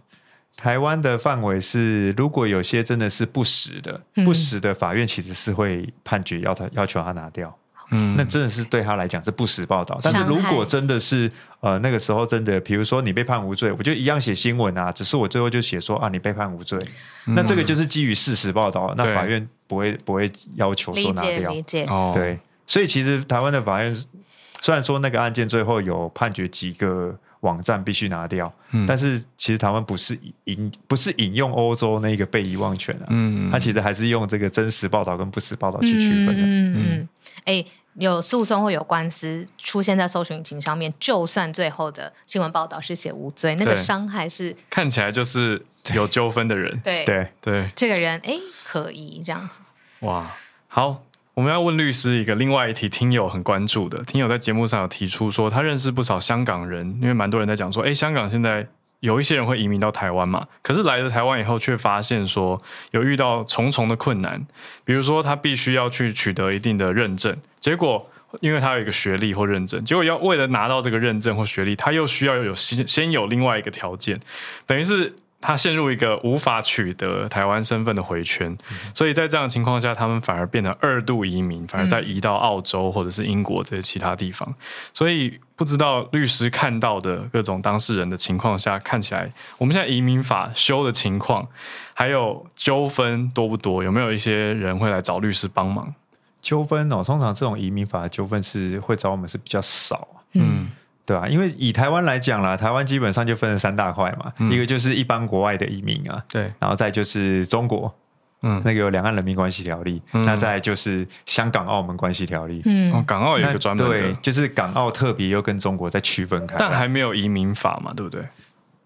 Speaker 3: 台湾的范围是，如果有些真的是不实的，
Speaker 2: 嗯
Speaker 3: 不实的，法院其实是会判决要他要求他拿掉。
Speaker 1: 嗯
Speaker 3: 那真的是对他来讲是不实报道。但是
Speaker 2: 伤害
Speaker 3: 如果真的是呃那个时候真的，比如说你被判无罪，我就一样写新闻啊，只是我最后就写说啊你被判无罪，
Speaker 1: 嗯
Speaker 3: 那这个就是基于事实报道，那
Speaker 1: 对
Speaker 3: 法院不会不会要求
Speaker 2: 理
Speaker 3: 说拿
Speaker 2: 解
Speaker 3: 掉嗯
Speaker 2: 理。解。
Speaker 1: 嗯哦，
Speaker 3: 对，所以其实台湾的法院虽然说那个案件最后有判决几个网站必须拿掉，
Speaker 1: 嗯
Speaker 3: 但是其实台湾不是引不是引用欧洲那个被遗忘权啊，
Speaker 1: 嗯，
Speaker 3: 它其实还是用这个真实报道跟不实报道去区分的、
Speaker 2: 嗯嗯嗯，哎、有诉讼或有官司出现在搜寻引擎上面，就算最后的新闻报道是写无罪，那个
Speaker 1: 对
Speaker 2: 伤害是
Speaker 1: 看起来就是有纠纷的人。
Speaker 2: 对
Speaker 3: 对，
Speaker 1: 对，
Speaker 2: 这个人哎、可疑这样子。
Speaker 1: 哇，好，我们要问律师一个另外一题，听友很关注的，听友在节目上有提出说，他认识不少香港人，因为蛮多人在讲说，哎，香港现在有一些人会移民到台湾嘛，可是来了台湾以后，却发现说有遇到重重的困难，比如说他必须要去取得一定的认证，结果。因为他有一个学历或认证，结果要为了拿到这个认证或学历，他又需要有先先有另外一个条件，等于是他陷入一个无法取得台湾身份的回圈。所以在这样的情况下，他们反而变得二度移民，反而再
Speaker 3: 嗯
Speaker 1: 移到澳洲或者是英国这些其他地方。所以不知道律师看到的各种当事人的情况下，看起来我们现在移民法修的情况，还有纠纷多不多？有没有一些人会来找律师帮忙？
Speaker 3: 纠纷哦，通常这种移民法的纠纷是会找我们是比较少。
Speaker 1: 嗯
Speaker 3: 对啊，因为以台湾来讲啦，台湾基本上就分成三大块嘛，
Speaker 1: 嗯
Speaker 3: 一个就是一般国外的移民啊，
Speaker 1: 对，
Speaker 3: 然后再就是中国
Speaker 1: 嗯，
Speaker 3: 那个有两岸人民关系条例，
Speaker 1: 嗯
Speaker 3: 那再就是香港澳门关系条例。
Speaker 1: 哦
Speaker 2: 嗯，
Speaker 1: 港澳有
Speaker 3: 那
Speaker 1: 一个专门
Speaker 3: 对，
Speaker 1: 的，
Speaker 3: 就是港澳特别又跟中国再区分开来。
Speaker 1: 但还没有移民法嘛，对不对？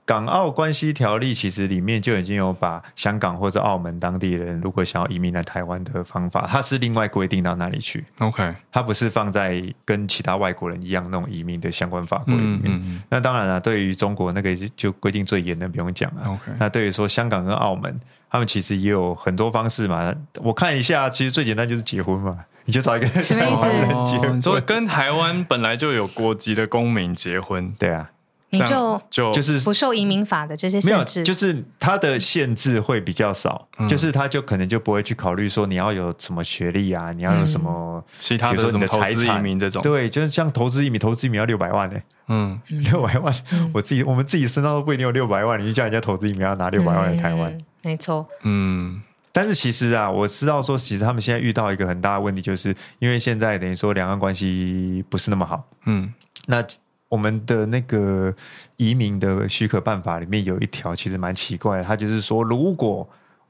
Speaker 3: 港澳关系条例其实里面就已经有把香港或者澳门当地人如果想要移民来台湾的方法，它是另外规定到那里去，
Speaker 1: OK，
Speaker 3: 它不是放在跟其他外国人一样那种移民的相关法规里
Speaker 1: 嗯
Speaker 3: 面。
Speaker 1: 嗯
Speaker 3: 那当然了、对于中国那个就规定最严的不用讲了、
Speaker 1: 嗯，OK，
Speaker 3: 那对于说香港跟澳门，他们其实也有很多方式嘛。我看一下，其实最简单就是结婚嘛， 你就找一个
Speaker 2: 什么
Speaker 3: 台
Speaker 2: 意思
Speaker 3: 湾人结
Speaker 1: 哦，
Speaker 3: 婚。
Speaker 1: 你说跟台湾本来就有国籍的公民结婚，
Speaker 3: 对啊，
Speaker 2: 你
Speaker 1: 这样就
Speaker 2: 就
Speaker 3: 就是
Speaker 2: 不受移民法的这些
Speaker 3: 没有，
Speaker 2: 限制，
Speaker 3: 就是它的限制会比较少，
Speaker 1: 嗯
Speaker 3: 就是他就可能就不会去考虑说你要有什么学历啊，你要有什么，
Speaker 1: 嗯其他
Speaker 3: 比如
Speaker 1: 的
Speaker 3: 说
Speaker 1: 什
Speaker 3: 你
Speaker 1: 么
Speaker 3: 的
Speaker 1: 投
Speaker 3: 财
Speaker 1: 资移
Speaker 3: 产
Speaker 1: 民这种，
Speaker 3: 对，就是像投资移民，投资移民要六百万呢、
Speaker 1: 嗯，
Speaker 3: 六百万，
Speaker 2: 嗯
Speaker 3: 我自己我们自己身上都不一定有六百万，你就叫人家投资移民要拿六百万来台湾。
Speaker 2: 嗯没错，
Speaker 1: 嗯
Speaker 3: 但是其实啊，我知道说，其实他们现在遇到一个很大的问题，就是因为现在等于说两岸关系不是那么好。
Speaker 1: 嗯
Speaker 3: 那我们的那个移民的许可办法里面有一条其实蛮奇怪的，它就是说，如果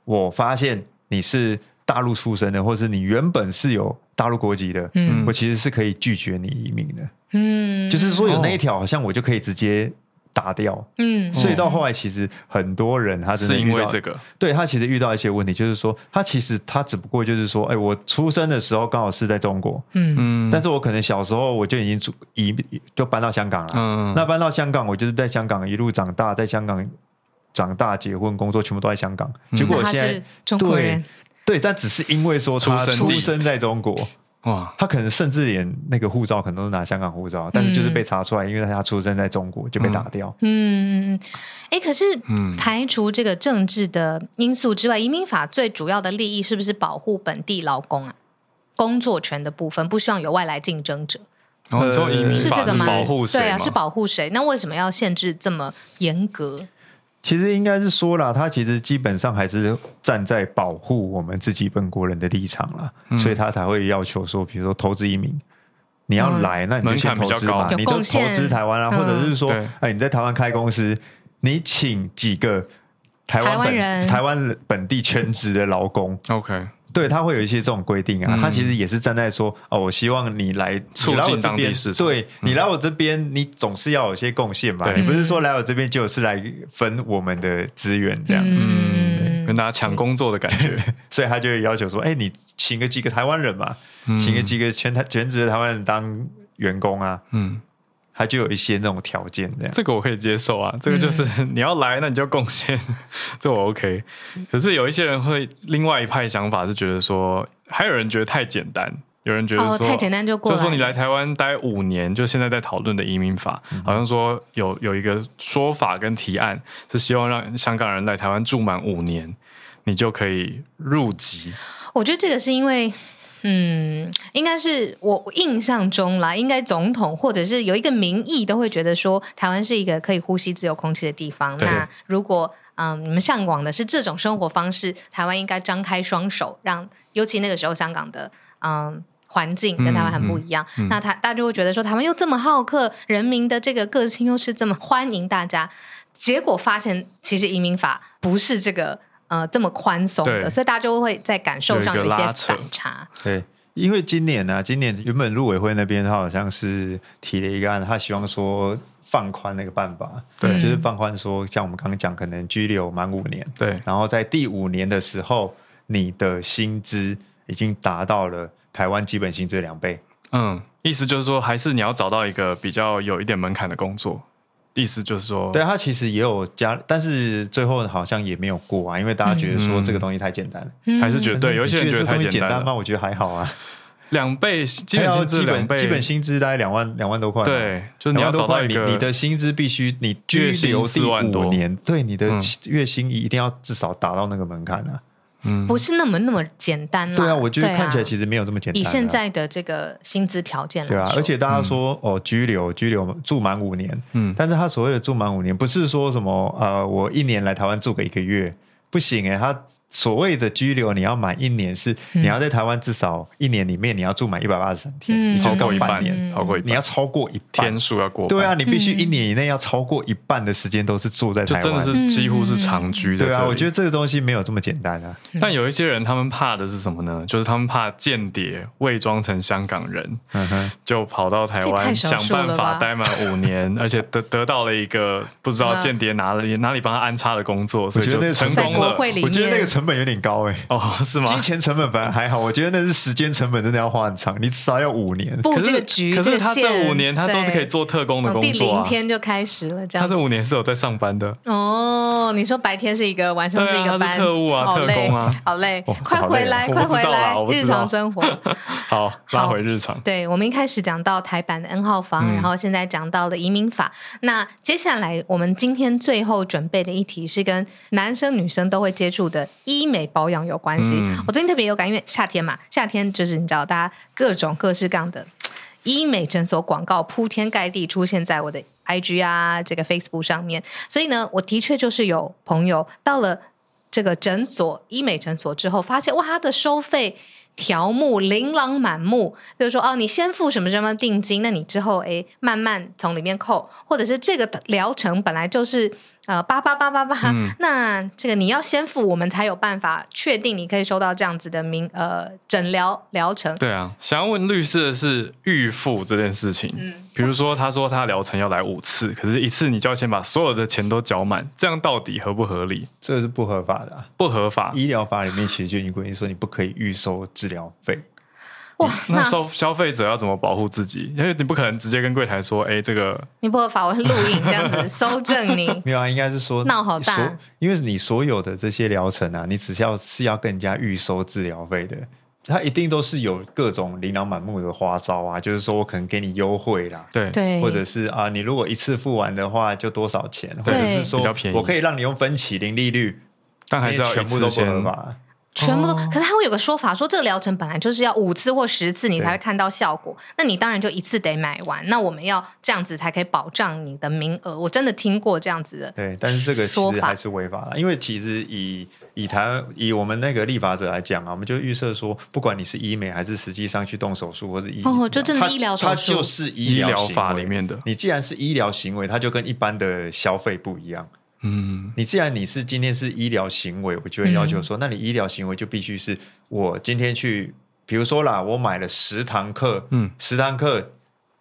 Speaker 3: 我发现你是大陆出生的，或是你原本是有大陆国籍的，
Speaker 2: 嗯
Speaker 3: 我其实是可以拒绝你移民的。
Speaker 2: 嗯，
Speaker 3: 就是说有那一条，好像我就可以直接打掉。
Speaker 2: 嗯，
Speaker 3: 所以到后来，其实很多人他真的
Speaker 1: 是因
Speaker 3: 遇
Speaker 1: 为
Speaker 3: 到
Speaker 1: 这个，
Speaker 3: 对他其实遇到一些问题，就是说他其实他只不过就是说，哎，我出生的时候刚好是在中国，
Speaker 2: 嗯
Speaker 1: 嗯
Speaker 3: 但是我可能小时候我就已经住移就搬到香港了。
Speaker 1: 嗯
Speaker 3: 那搬到香港，我就是在香港一路长大，在香港长大、结婚、工作，全部都在香港。
Speaker 1: 嗯
Speaker 3: 结果我
Speaker 2: 那他
Speaker 3: 现在
Speaker 2: 是中国
Speaker 3: 对
Speaker 2: 人，
Speaker 3: 对，但只是因为说他
Speaker 1: 出生
Speaker 3: 出
Speaker 1: 地
Speaker 3: 生在中国，
Speaker 1: 哇，
Speaker 3: 他可能甚至连那个护照可能都是拿香港护照，但是就是被查出来，因为他出生在中国就被打掉。
Speaker 2: 嗯，哎，可是
Speaker 1: 嗯
Speaker 2: 排除这个政治的因素之外，移民法最主要的利益是不是保护本地劳工啊？工作权的部分不希望有外来竞争者，
Speaker 1: 然哦后你
Speaker 3: 呃
Speaker 1: 说移民
Speaker 2: 是这
Speaker 1: 嗯法
Speaker 2: 个吗？
Speaker 1: 保护谁
Speaker 2: 对
Speaker 1: 吗？
Speaker 2: 啊，是保护谁？那为什么要限制这么严格？
Speaker 3: 其实应该是说啦，他其实基本上还是站在保护我们自己本国人的立场啦，
Speaker 1: 嗯
Speaker 3: 所以他才会要求说，比如说投资移民，你要来，那你就先投资
Speaker 1: 门槛
Speaker 3: 嘛
Speaker 1: 比较，
Speaker 2: 高
Speaker 3: 你都
Speaker 2: 有贡
Speaker 3: 投
Speaker 2: 献
Speaker 3: 资台湾啊，
Speaker 2: 嗯
Speaker 3: 或者是说
Speaker 1: 对，
Speaker 3: 哎，你在台湾开公司，你请几个台湾
Speaker 2: 台湾
Speaker 3: 本
Speaker 2: 人
Speaker 3: 台湾本地全职的劳工，
Speaker 1: OK，
Speaker 3: 对他会有一些这种规定啊，
Speaker 1: 嗯
Speaker 3: 他其实也是站在说，哦，我希望你来
Speaker 1: 促
Speaker 3: 你来我
Speaker 1: 进
Speaker 3: 这
Speaker 1: 当地
Speaker 3: 边
Speaker 1: 市，场嗯
Speaker 3: 对你来我这边，你总是要有些贡献吧？
Speaker 1: 对
Speaker 3: 你不是说来我这边就是来分我们的资源这样？
Speaker 1: 嗯，跟
Speaker 2: 嗯，
Speaker 1: 大家抢工作的感觉，
Speaker 3: 所以他就会要求说，哎，你请个几个台湾人嘛，
Speaker 1: 嗯
Speaker 3: 请个几个全台全职的台湾人当员工啊，
Speaker 1: 嗯，
Speaker 3: 他就有一些那种条件这样。
Speaker 1: 这个我可以接受啊，这个
Speaker 2: 嗯
Speaker 1: 就是 你要来，那你就贡献， 这我 OK。可是有一些人会另外一派想法是觉得说，还有人觉得太简单，有人觉得
Speaker 2: 哦，
Speaker 1: 说、
Speaker 2: 太简单就过
Speaker 1: 就
Speaker 2: 来了，
Speaker 1: 说你来台湾待五年，就现在在讨论的移民法，
Speaker 3: 嗯
Speaker 1: 好像说有有一个说法跟提案是希望让香港人来台湾住满五年，你就可以入籍。
Speaker 2: 我觉得这个是因为，嗯，应该是我我印象中啦，应该总统或者是有一个民意都会觉得说，台湾是一个可以呼吸自由空气的地方。
Speaker 1: 对
Speaker 2: 那如果嗯，你们向往的是这种生活方式，台湾应该张开双手，让尤其那个时候香港的嗯环境跟台湾很不一样。
Speaker 1: 嗯嗯嗯
Speaker 2: 那他大家就会觉得说，台湾又这么好客，人民的这个个性又是这么欢迎大家，结果发现其实移民法不是这个呃这么宽松的，
Speaker 1: 对
Speaker 2: 所以大家就会在感受上
Speaker 1: 有
Speaker 2: 有一
Speaker 1: 一个
Speaker 2: 些
Speaker 1: 拉扯
Speaker 2: 反差。
Speaker 3: 对，因为今年呢、啊，今年原本陆委会那边他好像是提了一个案，他希望说放宽那个办法，
Speaker 1: 对
Speaker 3: 就是放宽说，像我们刚刚讲，可能拘留满五年，
Speaker 1: 对
Speaker 3: 然后在第五年的时候，你的薪资已经达到了台湾基本薪资的两倍。
Speaker 1: 嗯，意思就是说，还是你要找到一个比较有一点门槛的工作。意思就是说，
Speaker 3: 对，啊他其实也有加，但是最后好像也没有过啊，因为大家觉得说
Speaker 1: 嗯
Speaker 3: 这个东西太简单了。
Speaker 2: 嗯
Speaker 1: 还是觉得对，有一些人
Speaker 3: 你
Speaker 1: 觉
Speaker 3: 这
Speaker 1: 得太
Speaker 3: 东西
Speaker 1: 简
Speaker 3: 简
Speaker 1: 单
Speaker 3: 单吗？
Speaker 1: 了，
Speaker 3: 我觉得还好啊，
Speaker 1: 两倍基本
Speaker 3: 还
Speaker 1: 薪
Speaker 3: 有
Speaker 1: 资
Speaker 3: 基
Speaker 1: 两
Speaker 3: 本
Speaker 1: 倍，
Speaker 3: 基本薪资大概两万两万多块嘛，
Speaker 1: 对，就是你要找到一
Speaker 3: 然
Speaker 1: 个
Speaker 3: 后的话你你的薪资必须你居
Speaker 1: 月薪
Speaker 3: 留第
Speaker 1: 4万
Speaker 3: 五
Speaker 1: 多
Speaker 3: 年，对你的
Speaker 1: 嗯
Speaker 3: 月薪一定要至少达到那个门槛啊。
Speaker 1: 嗯
Speaker 2: 不是那么那么简单啦。
Speaker 3: 对啊，我觉得看起来
Speaker 2: 实、
Speaker 3: 其实没有这么简单、啊。
Speaker 2: 以现在的这个薪资条件来
Speaker 3: 对
Speaker 2: 说，
Speaker 3: 啊，而且大家说、哦，居留居留住满五年，
Speaker 1: 嗯
Speaker 3: 但是他所谓的住满五年，不是说什么呃，我一年来台湾住个一个月。不行哎、他所谓的居留，你要满一年是，
Speaker 2: 嗯
Speaker 3: 你要在台湾至少一年里面你要住满一百八十三天，
Speaker 2: 嗯
Speaker 3: 你就
Speaker 1: 超
Speaker 3: 是
Speaker 1: 过
Speaker 3: 刚
Speaker 1: 一
Speaker 3: 半
Speaker 1: 半
Speaker 3: 年，，
Speaker 1: 超过一半，
Speaker 3: 你要超过一半
Speaker 1: 天数要过半，
Speaker 3: 对啊，你必须
Speaker 2: 嗯
Speaker 3: 一年以内要超过一半的时间都是住在
Speaker 1: 就
Speaker 3: 台
Speaker 1: 真的
Speaker 3: 湾。
Speaker 2: 嗯
Speaker 1: 是几乎是长居的。
Speaker 3: 对啊，我觉得
Speaker 1: 得。
Speaker 3: 这个东西没有这么简单啊。
Speaker 2: 嗯
Speaker 1: 但有一些人，他们怕的是什么呢？就是他们怕间谍伪装成香港人，
Speaker 3: 嗯哼，
Speaker 1: 就跑到台
Speaker 2: 这也太
Speaker 1: 湾
Speaker 2: 少数
Speaker 1: 想办
Speaker 2: 了吧
Speaker 1: 法待满五年，而且得得到了一个不知道
Speaker 2: 嗯
Speaker 1: 间谍哪里哪里帮他安插的工作，
Speaker 3: 我
Speaker 1: 所以
Speaker 3: 觉得那
Speaker 1: 就
Speaker 3: 个
Speaker 1: 成
Speaker 3: 成本
Speaker 1: 功
Speaker 2: 在国
Speaker 1: 了。
Speaker 2: 会里面
Speaker 3: 我觉得那个成本有点高哎、
Speaker 1: 哦，是吗？
Speaker 3: 金钱成本本来还好，我觉得那是时间成本，真的要花很长，你至少要五年。
Speaker 2: 布
Speaker 1: 可
Speaker 2: 这
Speaker 1: 是
Speaker 2: 个局，
Speaker 1: 可
Speaker 2: 这
Speaker 1: 是
Speaker 2: 个
Speaker 1: 他
Speaker 2: 线
Speaker 1: 这五年他都是可以。做特工的
Speaker 2: 对哦，
Speaker 1: 工
Speaker 2: 第
Speaker 1: 作
Speaker 2: 零
Speaker 1: 啊。
Speaker 2: 天就开始了，这
Speaker 1: 他
Speaker 2: 样
Speaker 1: 这
Speaker 2: 子。
Speaker 1: 五年是有在上班的，
Speaker 2: 哦，你说白天是一个，晚上是一
Speaker 1: 对
Speaker 2: 个
Speaker 1: 啊
Speaker 2: 班，
Speaker 1: 他是特务啊
Speaker 2: 好累
Speaker 1: 特工啊，
Speaker 2: 好累
Speaker 3: 哇，
Speaker 2: 快
Speaker 3: 好累
Speaker 2: 回
Speaker 3: 啊
Speaker 2: 来，
Speaker 1: 我
Speaker 2: 快
Speaker 1: 不
Speaker 2: 回
Speaker 1: 知道啦
Speaker 2: 来
Speaker 1: 我，不
Speaker 2: 日
Speaker 1: 知道
Speaker 2: 常生活。
Speaker 1: 好拉回日常。
Speaker 2: 对，我们一开始讲到台版的 N 号房，
Speaker 1: 嗯
Speaker 2: 然后现在讲到了移民法。那接下来我们今天最后准备的一题是跟男生女生都会接触的医美保养有关系。
Speaker 1: 嗯
Speaker 2: 我最近特别有感，因为夏天嘛，夏天就是你知道，大家各种各式各样的医美诊所广告铺天盖地出现在我的 IG 啊，这个 Facebook 上面。所以呢，我的确就是有朋友到了这个诊所医美诊所之后，发现哇，它的收费条目琳琅满目，比如说哦，你先付什么什么定金，那你之后诶慢慢从里面扣，或者是这个疗程本来就是。呃，八八八八八
Speaker 1: 嗯，
Speaker 2: 那这个你要先付，我们才有办法确定你可以收到这样子的名呃诊疗疗程。
Speaker 1: 对啊，想要问律师的是预付这件事情。
Speaker 2: 嗯，
Speaker 1: 比如说，他说他疗程要来五次，可是一次你就要先把所有的钱都缴满，这样到底合不合理？
Speaker 3: 这是不合法的、啊。
Speaker 1: 不合法。
Speaker 3: 医疗法里面其实就已经规定说，你不可以预收治疗费。
Speaker 2: 哇，
Speaker 1: 那
Speaker 2: 那
Speaker 1: 消消费者要怎么保护自己？因为你不可能直接跟柜台说：“哎，这个
Speaker 2: 你不合法，我是录影这样子搜证你。
Speaker 3: 没有啊，应该是说
Speaker 2: 闹好大
Speaker 3: 所因为你所有的这些疗程啊，你只是要是要跟人家预收治疗费的，它一定都是有各种琳琅满目的花招啊，就是说我可能给你优惠啦，
Speaker 1: 对
Speaker 2: 对，
Speaker 3: 或者是啊，你如果一次付完的话就多少钱，或
Speaker 1: 对
Speaker 3: 者是说
Speaker 1: 比较便宜
Speaker 3: 我可以让你用分期零利率，
Speaker 1: 但还是
Speaker 3: 你
Speaker 1: 要
Speaker 3: 也
Speaker 1: 一
Speaker 3: 全部都
Speaker 1: 次
Speaker 3: 不合
Speaker 1: 先。
Speaker 3: 法。
Speaker 2: 全部都。
Speaker 1: 哦
Speaker 2: 可是它会有个说法，说这个疗程本来就是要五次或十次你才会看到效果，那你当然就一次得买完。那我们要这样子才可以保障你的名额。我真的听过这样子的，
Speaker 3: 对，但是这个
Speaker 2: 说
Speaker 3: 其实
Speaker 2: 法
Speaker 3: 还是违法的，因为其实以以台湾以我们那个立法者来讲啊，我们就预设说，不管你是医美还是实际上去动手术或是医，
Speaker 2: 哦就真的是
Speaker 3: 它
Speaker 2: 医疗手术
Speaker 3: 它就是医
Speaker 1: 医疗
Speaker 3: 行为
Speaker 1: 法里。面的，
Speaker 3: 你既然是医疗行为，它就跟一般的消费不一样。
Speaker 1: 嗯，
Speaker 3: 你既然你是今天是医疗行为，我就会要求
Speaker 2: 嗯
Speaker 3: 说，那你医疗行为就必须是我今天去，比如说啦，我买了十堂课，
Speaker 1: 嗯
Speaker 3: 十堂课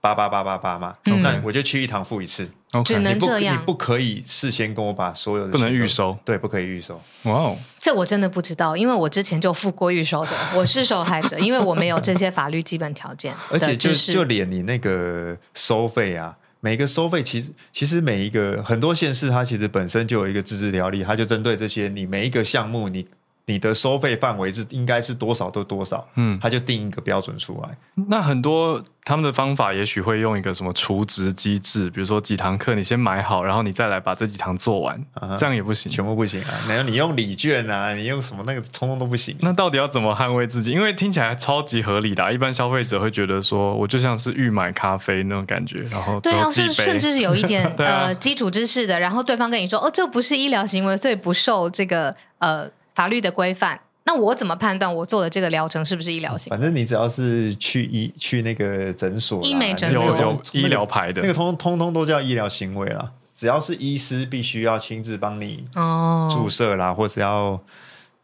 Speaker 3: 八八八八八嘛，
Speaker 2: 嗯
Speaker 3: 那我就去一堂付一次，
Speaker 2: 只
Speaker 1: OK，
Speaker 2: 能
Speaker 3: 你不
Speaker 2: 这
Speaker 3: 你
Speaker 2: 样
Speaker 3: 不可以事先跟我把所有的
Speaker 1: 不能
Speaker 3: 钱都
Speaker 1: 预，收。
Speaker 3: 对，不可以预收。
Speaker 1: 哇哦，
Speaker 2: 这我真的不知道，因为我之前就付过预 售的，我是受害者，因为我没有这些法律基本条件
Speaker 3: 而且
Speaker 2: 的
Speaker 3: 就
Speaker 2: 知识。
Speaker 3: 就连你那个收费啊，每个收费其实其实每一个很多县市它其实本身就有一个自治条例，它就针对这些你每一个项目你你的收费范围是应该是多少都多少，
Speaker 1: 嗯，
Speaker 3: 它就定一个标准出来。
Speaker 1: 那很多他们的方法，也许会用一个什么除值机制，比如说几堂课你先买好，然后你再来把这几堂做完，
Speaker 3: 啊哈
Speaker 1: 这样也不行。
Speaker 3: 全部不行啊！然后你用礼券啊，你用什么那个，通通都不行。
Speaker 1: 那到底要怎么捍卫自己？因为听起来超级合理的啊、一般消费者会觉得说，我就像是预买咖啡那种感觉，然后
Speaker 2: 对
Speaker 1: 只
Speaker 2: 啊，
Speaker 1: 有几
Speaker 2: 甚
Speaker 1: 杯
Speaker 2: 甚至是有一 点、
Speaker 1: 对啊
Speaker 2: 呃基础知识的，然后对方跟你说哦，这不是医疗行为，所以不受这个呃法律的规范。那我怎么判断我做的这个疗程是不是医疗型？
Speaker 3: 反正你只要是去医去那个诊所啦，
Speaker 2: 医美诊
Speaker 1: 有
Speaker 2: 所
Speaker 3: 那
Speaker 1: 有
Speaker 3: 个
Speaker 1: 医疗牌的
Speaker 3: 那个通通通都叫医疗行为啦。只要是医师，必须要亲自帮你
Speaker 2: 哦，
Speaker 3: 注射啦，或是要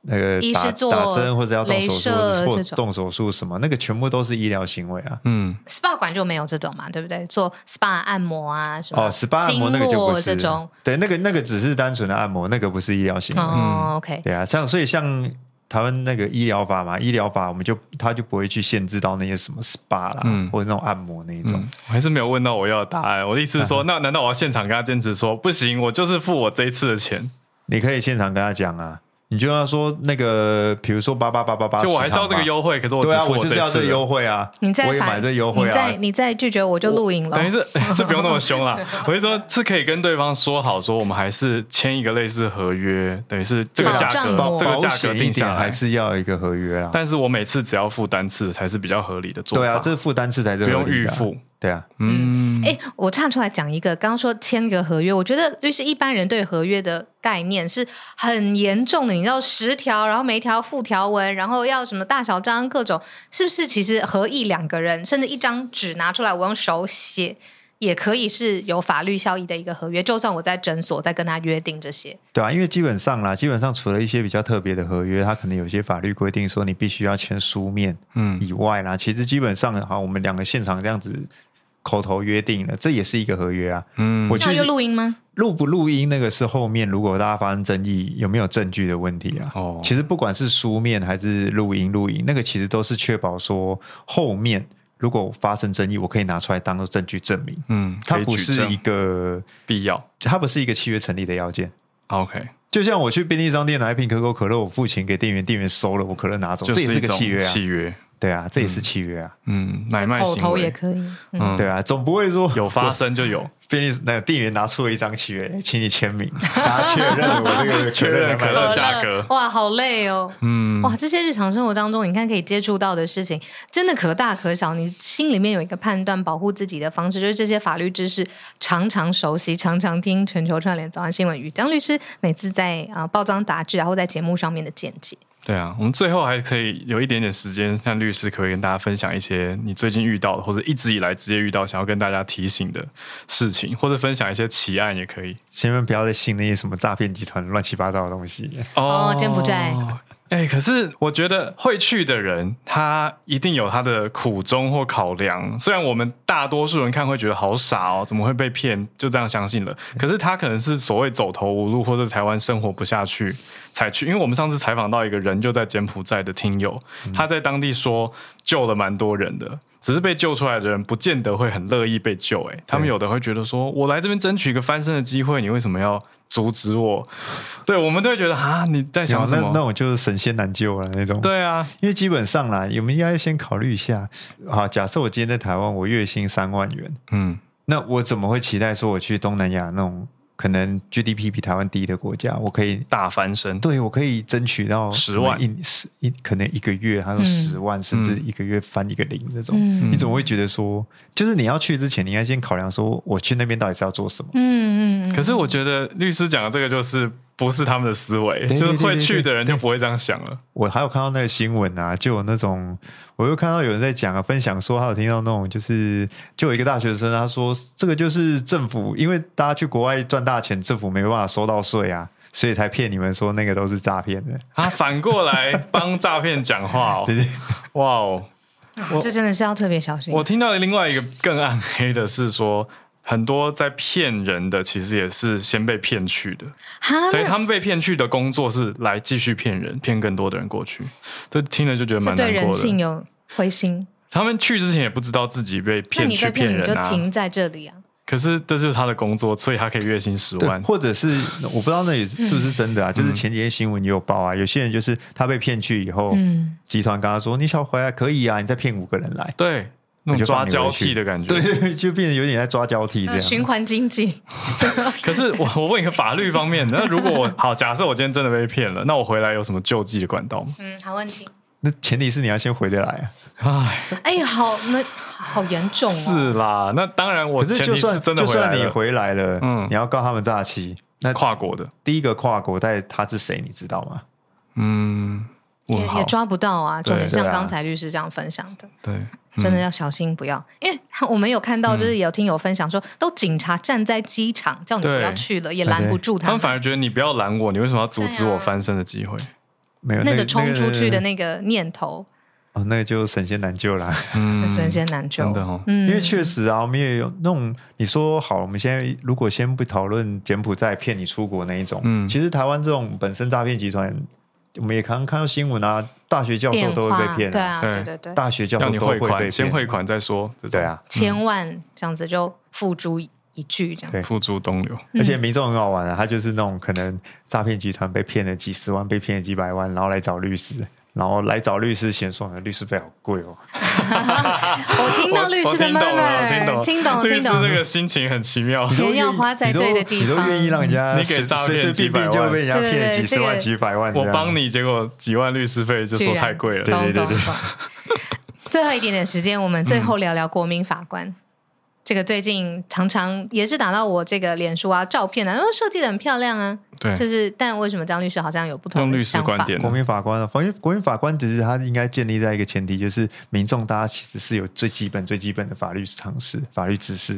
Speaker 3: 那个
Speaker 2: 医
Speaker 3: 打
Speaker 2: 师做
Speaker 3: 打针，或者要动手
Speaker 2: 镭
Speaker 3: 术，
Speaker 2: 射
Speaker 3: 或
Speaker 2: 这
Speaker 3: 者
Speaker 2: 种
Speaker 3: 动手术什么，那个全部都是医疗行为啊。
Speaker 1: 嗯，
Speaker 2: SPA 馆就没有这种嘛，对不对？做 SPA 按摩啊什么
Speaker 3: 哦，十八按摩那
Speaker 2: 经
Speaker 3: 个就
Speaker 2: 络
Speaker 3: 不是
Speaker 2: 这种。，
Speaker 3: 对，那个那个只是单纯的按摩，那个不是医疗行为。
Speaker 2: 哦，OK，
Speaker 3: 对啊，像所以像台湾那个医疗法嘛，医疗法我们就他就不会去限制到那些什么 SPA 啦，
Speaker 1: 嗯
Speaker 3: 或者那种按摩那一种。
Speaker 1: 嗯我还是没有问到我要的答案。我的意思是说，那难道我要现场跟他坚持说不行？我就是付我这一次的钱，
Speaker 3: 你可以现场跟他讲啊，你就要说那个，比如说八八八八八，
Speaker 1: 就我还是要这个优惠，可是啊我只
Speaker 3: 对啊，
Speaker 1: 付
Speaker 3: 我就是
Speaker 1: 这
Speaker 3: 要
Speaker 1: 一次
Speaker 3: 这
Speaker 1: 的
Speaker 3: 个优惠啊，
Speaker 2: 你再
Speaker 3: 我也
Speaker 2: 反
Speaker 3: 买这优惠
Speaker 2: 你
Speaker 3: 啊
Speaker 2: 再，你再拒绝我就录影 了。
Speaker 1: 等于 是是不用那么凶啦，我是说，是可以跟对方说好，说我们还是签一个类似合约，等于是这个
Speaker 2: 保
Speaker 1: 价
Speaker 2: 障
Speaker 1: 格
Speaker 2: 我，
Speaker 1: 这个
Speaker 3: 保
Speaker 1: 价格
Speaker 3: 险啊一
Speaker 1: 定
Speaker 3: 点
Speaker 1: 下来
Speaker 3: 还。是要有一个合约啊。
Speaker 1: 但是我每次只要付单次才是比较合理的做法。
Speaker 3: 对啊，这负担是才是
Speaker 1: 不用
Speaker 3: 合理的啊
Speaker 1: 预付。
Speaker 3: 对啊，
Speaker 1: 嗯，
Speaker 2: 哎、我岔出来讲一个，刚刚说签个合约，我觉得律师一般人对合约的概念是很严重的，你知道十条，然后每一条要附条文，然后要什么大小章各种，是不是？其实合意两个人，甚至一张纸拿出来，我用手写。也可以是有法律效益的一个合约，就算我在诊所在跟他约定这些，
Speaker 3: 对啊，因为基本上啦，基本上除了一些比较特别的合约，它可能有些法律规定说你必须要签书面
Speaker 1: 嗯，
Speaker 3: 以外啦，其实基本上好，我们两个现场这样子口头约定了，这也是一个合约啊。
Speaker 1: 嗯，
Speaker 3: 我
Speaker 2: 那
Speaker 3: 其
Speaker 2: 就
Speaker 3: 实
Speaker 2: 录音吗？
Speaker 3: 录不录音那个是后面，如果大家发生争议，有没有证据的问题啊？
Speaker 1: 哦
Speaker 3: 其实不管是书面还是录音，录音那个其实都是确保说后面如果发生争议，我可以拿出来当做证据证明。
Speaker 1: 嗯，
Speaker 3: 它
Speaker 1: 可以
Speaker 3: 不
Speaker 1: 举
Speaker 3: 是
Speaker 1: 证
Speaker 3: 一个，
Speaker 1: 必要。
Speaker 3: 它不是一个契约成立的要件。
Speaker 1: OK，
Speaker 3: 就像我去便利商店拿一瓶可口可乐，我付钱给店员，店员收了，我可乐拿走，
Speaker 1: 就
Speaker 3: 这也是
Speaker 1: 一
Speaker 3: 个
Speaker 1: 种
Speaker 3: 契约啊
Speaker 1: 契。约，
Speaker 3: 对啊，这也是契约啊。
Speaker 1: 嗯，买卖
Speaker 2: 口
Speaker 1: 行
Speaker 2: 头也
Speaker 1: 为，
Speaker 2: 可以。嗯，
Speaker 1: 嗯，
Speaker 3: 对，啊，总不会说
Speaker 1: 有发生就有，
Speaker 3: 便利那个店员拿出了一张契约，请你签名，大家确认了我这 个
Speaker 1: 确认
Speaker 3: 可
Speaker 1: 可
Speaker 3: 乐
Speaker 1: 乐
Speaker 3: 的价
Speaker 1: 价格
Speaker 2: 哇，好累哦。
Speaker 1: 嗯，
Speaker 2: 哇，这些日常生活当中，你看可以接触到的事情，真的可大可小。你心里面有一个判断，保护自己的方式，就是这些法律知识常常熟悉，常常听全球串联早安新闻与张律师每次在啊、呃报章杂志啊，然后在节目上面的见解。
Speaker 1: 对啊，我们最后还可以有一点点时间，像律师可不可以跟大家分享一些你最近遇到的，或者一直以来直接遇到想要跟大家提醒的事情，或者分享一些奇案也可以。
Speaker 3: 千万不要再信那些什么诈骗集团乱七八糟的东西。
Speaker 2: 哦柬埔寨。
Speaker 1: 哎、可是我觉得会去的人，他一定有他的苦衷或考量。虽然我们大多数人看会觉得好傻哦，怎么会被骗，就这样相信了。可是他可能是所谓走投无路，或者台湾生活不下去才去。因为我们上次采访到一个人就在柬埔寨的听友，
Speaker 3: 嗯
Speaker 1: 他在当地说救了蛮多人的，只是被救出来的人不见得会很乐意被救、哎，他们
Speaker 3: 对
Speaker 1: 有的会觉得说，我来这边争取一个翻身的机会，你为什么要阻止 我？对，我们都会觉得啊，你在
Speaker 3: 然
Speaker 1: 想
Speaker 3: 后
Speaker 1: 什
Speaker 3: 那
Speaker 1: 么？
Speaker 3: 那种就是神仙难救了那种。
Speaker 1: 对啊，
Speaker 3: 因为基本上啦，我们应该先考虑一下。好，假设我今天在台湾，我月薪三万元，
Speaker 1: 嗯
Speaker 3: 那我怎么会期待说我去东南亚那种可能 GDP 比台湾低的国家，我可以，
Speaker 1: 大翻身。
Speaker 3: 对我可以争取到
Speaker 1: 10万
Speaker 3: 可能一十一可能一个月，他说
Speaker 2: 嗯
Speaker 3: 十万、甚至一个月翻一个零这种。
Speaker 2: 嗯
Speaker 3: 你怎么会觉得说，就是你要去之前，你应该先考量说，我去那边到底是要做什么？
Speaker 2: 嗯嗯。
Speaker 1: 可是我觉得律师讲的这个就是不是他们的思维，
Speaker 3: 对对
Speaker 1: 就是
Speaker 3: 对
Speaker 1: 会
Speaker 3: 对
Speaker 1: 去的
Speaker 3: 对
Speaker 1: 人就不会这样想了。
Speaker 3: 我还有看到那个新闻啊，就有那种，我又看到有人在讲啊，分享说他有听到那种，就是就有一个大学生，他说这个就是政府，因为大家去国外赚大钱，政府没办法收到税啊，所以才骗你们说那个都是诈骗的。
Speaker 1: 啊，反过来帮诈骗讲话哦
Speaker 3: 对，对，
Speaker 1: 哇哦！
Speaker 2: 得这真的是要特别小心。
Speaker 1: 我听到另外一个更暗黑的是说，很多在骗人的其实也是先被骗去的，
Speaker 2: 哈，
Speaker 1: 对
Speaker 2: 那
Speaker 1: 他们被骗去的工作是来继续骗人，骗更多的人过去。这听了就觉得
Speaker 2: 这
Speaker 1: 蛮
Speaker 2: 对
Speaker 1: 难
Speaker 2: 人
Speaker 1: 过
Speaker 2: 性
Speaker 1: 的。
Speaker 2: 有灰心。
Speaker 1: 他们去之前也不知道自己被
Speaker 2: 那
Speaker 1: 骗
Speaker 2: 你
Speaker 1: 去
Speaker 2: 被骗，你就
Speaker 1: 人啊，
Speaker 2: 停在这里啊。
Speaker 1: 可是这就是他的工作，所以他可以月薪十
Speaker 3: 对
Speaker 1: 万。
Speaker 3: 或者是我不知道那里是不是真的啊，就是前几天新闻也有报啊，有些人就是他被骗去以
Speaker 1: 哦
Speaker 3: 后，
Speaker 2: 嗯，
Speaker 3: 集团跟他说你想回来可以啊，你再骗五个人来，
Speaker 1: 对，那
Speaker 3: 我
Speaker 1: 种
Speaker 3: 就
Speaker 1: 抓
Speaker 3: 放你
Speaker 1: 交
Speaker 3: 回去
Speaker 1: 替的感觉。
Speaker 3: 对，就变得有点在抓交
Speaker 1: 啊
Speaker 3: 替这
Speaker 2: 那
Speaker 3: 样。
Speaker 2: 呃循环经济。
Speaker 1: 可是我我问一个法律方面的，那如果我好，假设我今天真的被骗了，那我回来有什么救济的管道吗？
Speaker 2: 嗯，好问题。
Speaker 3: 那前提是你要先回得来啊。
Speaker 1: 唉，
Speaker 2: 哎呀，好，那好严重哦。
Speaker 1: 是嗯啦，那当然我
Speaker 3: 可
Speaker 1: 前
Speaker 3: 是就
Speaker 1: 提
Speaker 3: 算
Speaker 1: 真的
Speaker 3: 就
Speaker 1: 回来
Speaker 3: 算你
Speaker 1: 了，
Speaker 3: 回来了，
Speaker 1: 嗯
Speaker 3: 你要告他们诈欺，那
Speaker 1: 跨国的，
Speaker 3: 第一个跨国代他是谁，你知道吗？
Speaker 1: 嗯，问
Speaker 2: 也
Speaker 1: 号
Speaker 2: 也，抓不到啊。
Speaker 1: 对
Speaker 2: 重点是像
Speaker 3: 对啊
Speaker 2: 刚才律师这样分享的，
Speaker 1: 对，嗯
Speaker 2: 真的要小心不要，因为我们有看到就是有听友分享说，都警察站在机场叫你不
Speaker 1: 对
Speaker 2: 要去了，也拦不住
Speaker 1: 他们
Speaker 2: 们
Speaker 1: 反而觉得你不要拦我，你为什么要阻止
Speaker 2: 对啊
Speaker 1: 我翻身的机 会？
Speaker 3: 没有
Speaker 2: 那个冲出去的
Speaker 3: 那
Speaker 2: 那个念头，
Speaker 3: 哦，那个就神仙难救啦。
Speaker 1: 嗯，
Speaker 2: 神仙难救。
Speaker 1: 真的哦
Speaker 2: 嗯
Speaker 3: 因为确实啊，我们也有那种你说好，我们现在如果先不讨论柬埔寨骗你出国那一种，
Speaker 1: 嗯
Speaker 3: 其实台湾这种本身诈骗集团，我们也常看到新闻啊，大学教授
Speaker 2: 电
Speaker 3: 都会被
Speaker 2: 话，
Speaker 3: 骗、
Speaker 2: 对啊，
Speaker 1: 对
Speaker 2: 对对对，
Speaker 3: 大学教
Speaker 1: 要
Speaker 3: 授
Speaker 1: 你
Speaker 3: 都会
Speaker 1: 汇
Speaker 3: 被骗，
Speaker 1: 款，先汇款再说。这种
Speaker 3: 对，啊，
Speaker 2: 千万这样子就付诸一炬这样子。
Speaker 3: 对
Speaker 1: 付诸东流。
Speaker 3: 而且民众很好玩啊，他就是那种可能诈骗集团被骗了几十万，被骗了几百万，然后来找律师，然后来找律师嫌说律师费好贵哦，
Speaker 2: 我听到律师的妈
Speaker 1: 我我
Speaker 2: 妈，
Speaker 1: 听懂了，我
Speaker 2: 听懂，
Speaker 1: 律
Speaker 2: 听
Speaker 1: 师
Speaker 2: 懂
Speaker 1: 这。个心情很奇 妙。
Speaker 2: 钱要花在对的地嗯
Speaker 3: 你都
Speaker 2: 方，
Speaker 3: 愿意让人家
Speaker 1: 你
Speaker 3: 随
Speaker 1: 给诈骗
Speaker 3: 随随
Speaker 1: 几
Speaker 3: 便
Speaker 1: 百
Speaker 3: 便
Speaker 1: 万
Speaker 3: 就被人家
Speaker 2: 对对
Speaker 3: 骗
Speaker 2: 对
Speaker 3: 几十万、
Speaker 2: 这个
Speaker 3: 几百万这
Speaker 1: 我
Speaker 3: 样，
Speaker 1: 帮你，结果几万律师费就说太贵
Speaker 3: 居
Speaker 1: 了。
Speaker 3: 然对对
Speaker 2: 懂
Speaker 3: 对
Speaker 2: 懂 懂最后一点点时间，我们最后聊聊国民法官。这个最近常常也是打到我这个脸书啊、照片啊，然后设计的很漂亮啊，
Speaker 1: 对，
Speaker 2: 就是但为什么张律师好像有不同
Speaker 1: 用
Speaker 2: 的
Speaker 1: 律师
Speaker 2: 想法？
Speaker 1: 观点
Speaker 3: 国民法官啊，法院国民法官只是他应该建立在一个前提，就是民众大家其实是有最基本、最基本的法律常识、法律知识，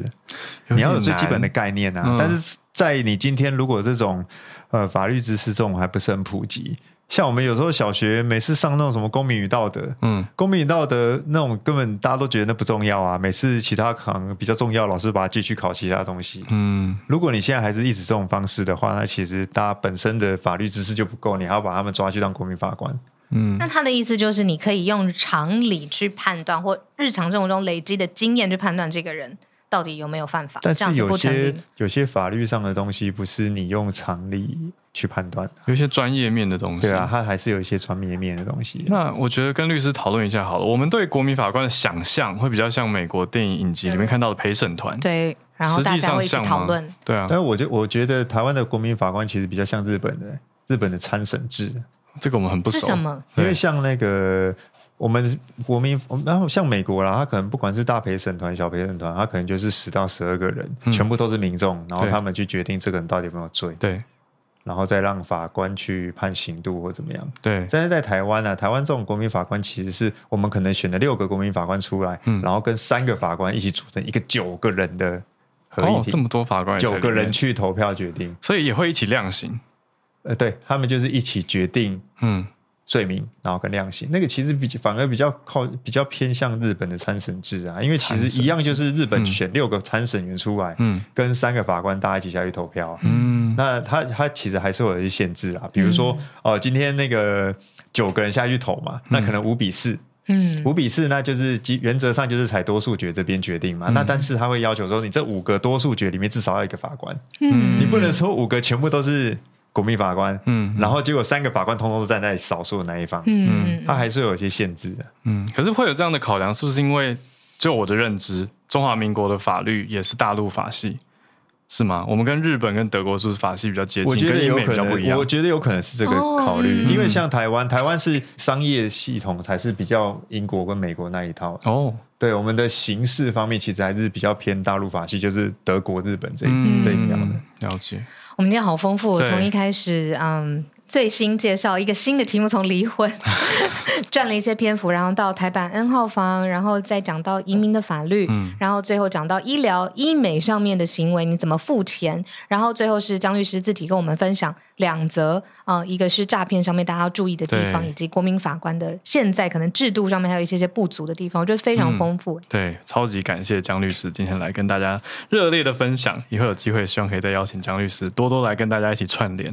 Speaker 1: 有点
Speaker 3: 你要有最基本的
Speaker 1: 难
Speaker 3: 概念啊。
Speaker 1: 嗯
Speaker 3: 但是在你今天如果这种呃法律知识这种还不是很普及，像我们有时候小学每次上那种什么公民与道德。
Speaker 1: 嗯，
Speaker 3: 公民与道德那种根本大家都觉得那不重要啊，每次其他可能比较重要，老师把它借去考其他东西。
Speaker 1: 嗯，
Speaker 3: 如果你现在还是一直这种方式的话，那其实大家本身的法律知识就不够，你还要把他们抓去当国民法官。
Speaker 1: 嗯
Speaker 2: 那，他的意思就是，你可以用常理去判断，或日常生活中累积的经验去判断这个人到底有没有犯法，
Speaker 3: 但
Speaker 2: 这
Speaker 3: 是
Speaker 2: 样子
Speaker 3: 有
Speaker 2: 不成
Speaker 3: 些
Speaker 2: 立。
Speaker 3: 有些法律上的东西，不是你用常理去判断的，
Speaker 1: 有一些专业面的东西。
Speaker 3: 对啊，，它还是有一些传绵面的东西。
Speaker 1: 那我觉得跟律师讨论一下好了。我们对国民法官的想象会比较像美国电影影集里面看到的陪审团，
Speaker 2: 对，然后
Speaker 1: 实
Speaker 2: 大
Speaker 1: 际
Speaker 2: 家
Speaker 1: 上
Speaker 2: 会一起
Speaker 1: 像
Speaker 2: 讨
Speaker 1: 吗
Speaker 2: 论。？
Speaker 1: 对啊
Speaker 3: 但，是我觉我觉得台湾的国民法官其实比较像日本的日本的参审制，
Speaker 1: 这个我们很不熟。
Speaker 2: 是什？么？
Speaker 3: 因为像那个我们国民，然后像美国啦，他可能不管是大陪审团、小陪审团，他可能就是十到十二个人，
Speaker 1: 嗯
Speaker 3: 全部都是民众，然后
Speaker 1: 对
Speaker 3: 他们去决定这个人到底有没有罪，
Speaker 1: 对
Speaker 3: 然后再让法官去判刑度或怎么样。
Speaker 1: 对，
Speaker 3: 但是在台湾呢、啊，台湾这种国民法官其实是我们可能选了六个国民法官出来，
Speaker 1: 嗯
Speaker 3: 然后跟三个法官一起组成一个九个人的合
Speaker 1: 哦
Speaker 3: 议，
Speaker 1: 这
Speaker 3: 庭，
Speaker 1: 么多法官也在
Speaker 3: 九
Speaker 1: 里
Speaker 3: 个人
Speaker 1: 面，
Speaker 3: 去投票决定。
Speaker 1: 所以也会一起量刑。
Speaker 3: 呃，对他们就是一起决定
Speaker 1: 嗯，
Speaker 3: 罪名，然后跟量刑。那个其实比反而比较靠比较偏向日本的参审制啊，因为其
Speaker 1: 参审
Speaker 3: 实
Speaker 1: 制
Speaker 3: 一样就是日本
Speaker 1: 嗯
Speaker 3: 选六个参审员出来，
Speaker 1: 嗯
Speaker 3: 跟三个法官大家一起下去投票啊、
Speaker 1: 嗯，
Speaker 3: 那他他其实还是会有一些限制啦，比如说哦、今天那个九个人下去投嘛，那可能五比四、
Speaker 2: 嗯，
Speaker 3: 五比四，那就是基原则上就是采多数决这边决定嘛。
Speaker 1: 嗯
Speaker 3: 那但是他会要求说，你这五个多数决里面至少要一个法官，
Speaker 1: 嗯
Speaker 3: 你不能说五个全部都是国民法官，
Speaker 1: 嗯
Speaker 3: 然后结果三个法官通通都站在少数的那一方，
Speaker 2: 嗯，
Speaker 3: 他还是有一些限制的。
Speaker 1: 嗯，可是会有这样的考量，是不是因为就我的认知，中华民国的法律也是大陆法系，是吗？我们跟日本跟德国是不是法系比较接近，
Speaker 3: 我觉得
Speaker 1: 跟英
Speaker 3: 有
Speaker 1: 美比
Speaker 3: 可
Speaker 1: 较不一
Speaker 3: 能，
Speaker 1: 样
Speaker 3: 我？觉得有可能是这个
Speaker 2: 哦
Speaker 3: 考虑，
Speaker 2: 嗯
Speaker 3: 因为像台湾，台湾是商业系统才是比较英国跟美国那一套，
Speaker 1: 哦，
Speaker 3: 对我们的形式方面，其实还是比较偏大陆法系，就是德国、日本这一、
Speaker 1: 嗯，
Speaker 3: 这一样的。
Speaker 1: 了解，
Speaker 2: 我们今天好丰富，
Speaker 1: 对
Speaker 2: 从一开始，嗯，最新介绍一个新的题目，从 离婚占了一些篇幅，然后到台版 N 号房，然后再讲到移民的法律，
Speaker 1: 嗯
Speaker 2: 然后最后讲到医疗、医美上面的行为，你怎么付钱，然后最后是张律师自己跟我们分享两则，呃，一个是诈骗上面大家要注意的地方，
Speaker 1: 对
Speaker 2: 以及国民法官的现在可能制度上面还有一些些不足的地方，我觉得非常
Speaker 1: 嗯
Speaker 2: 丰富。
Speaker 1: 对，超级感谢江律师今天来跟大家热烈的分享，以后有机会希望可以再邀请江律师多多来跟大家一起串联。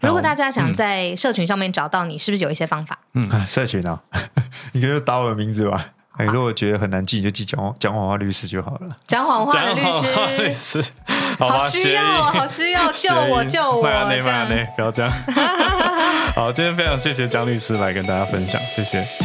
Speaker 2: 如果
Speaker 1: 那
Speaker 2: 大家想在社群上面找到你，是不是有一些方法？
Speaker 3: 啊， 社群啊，你可以打我的名字吧。哎，如果觉得很难记，你就记讲讲谎话律师就好了。
Speaker 2: 讲谎
Speaker 1: 我
Speaker 2: 话的律
Speaker 1: 讲律
Speaker 2: 师。
Speaker 1: 师，好吧，
Speaker 2: 好需要哦，好需 要，救我，救我！
Speaker 1: 迈阿内，
Speaker 2: 这
Speaker 1: 迈阿
Speaker 2: 样。
Speaker 1: 内，不要这样。好，今天非常谢谢江律师来跟大家分享，谢谢。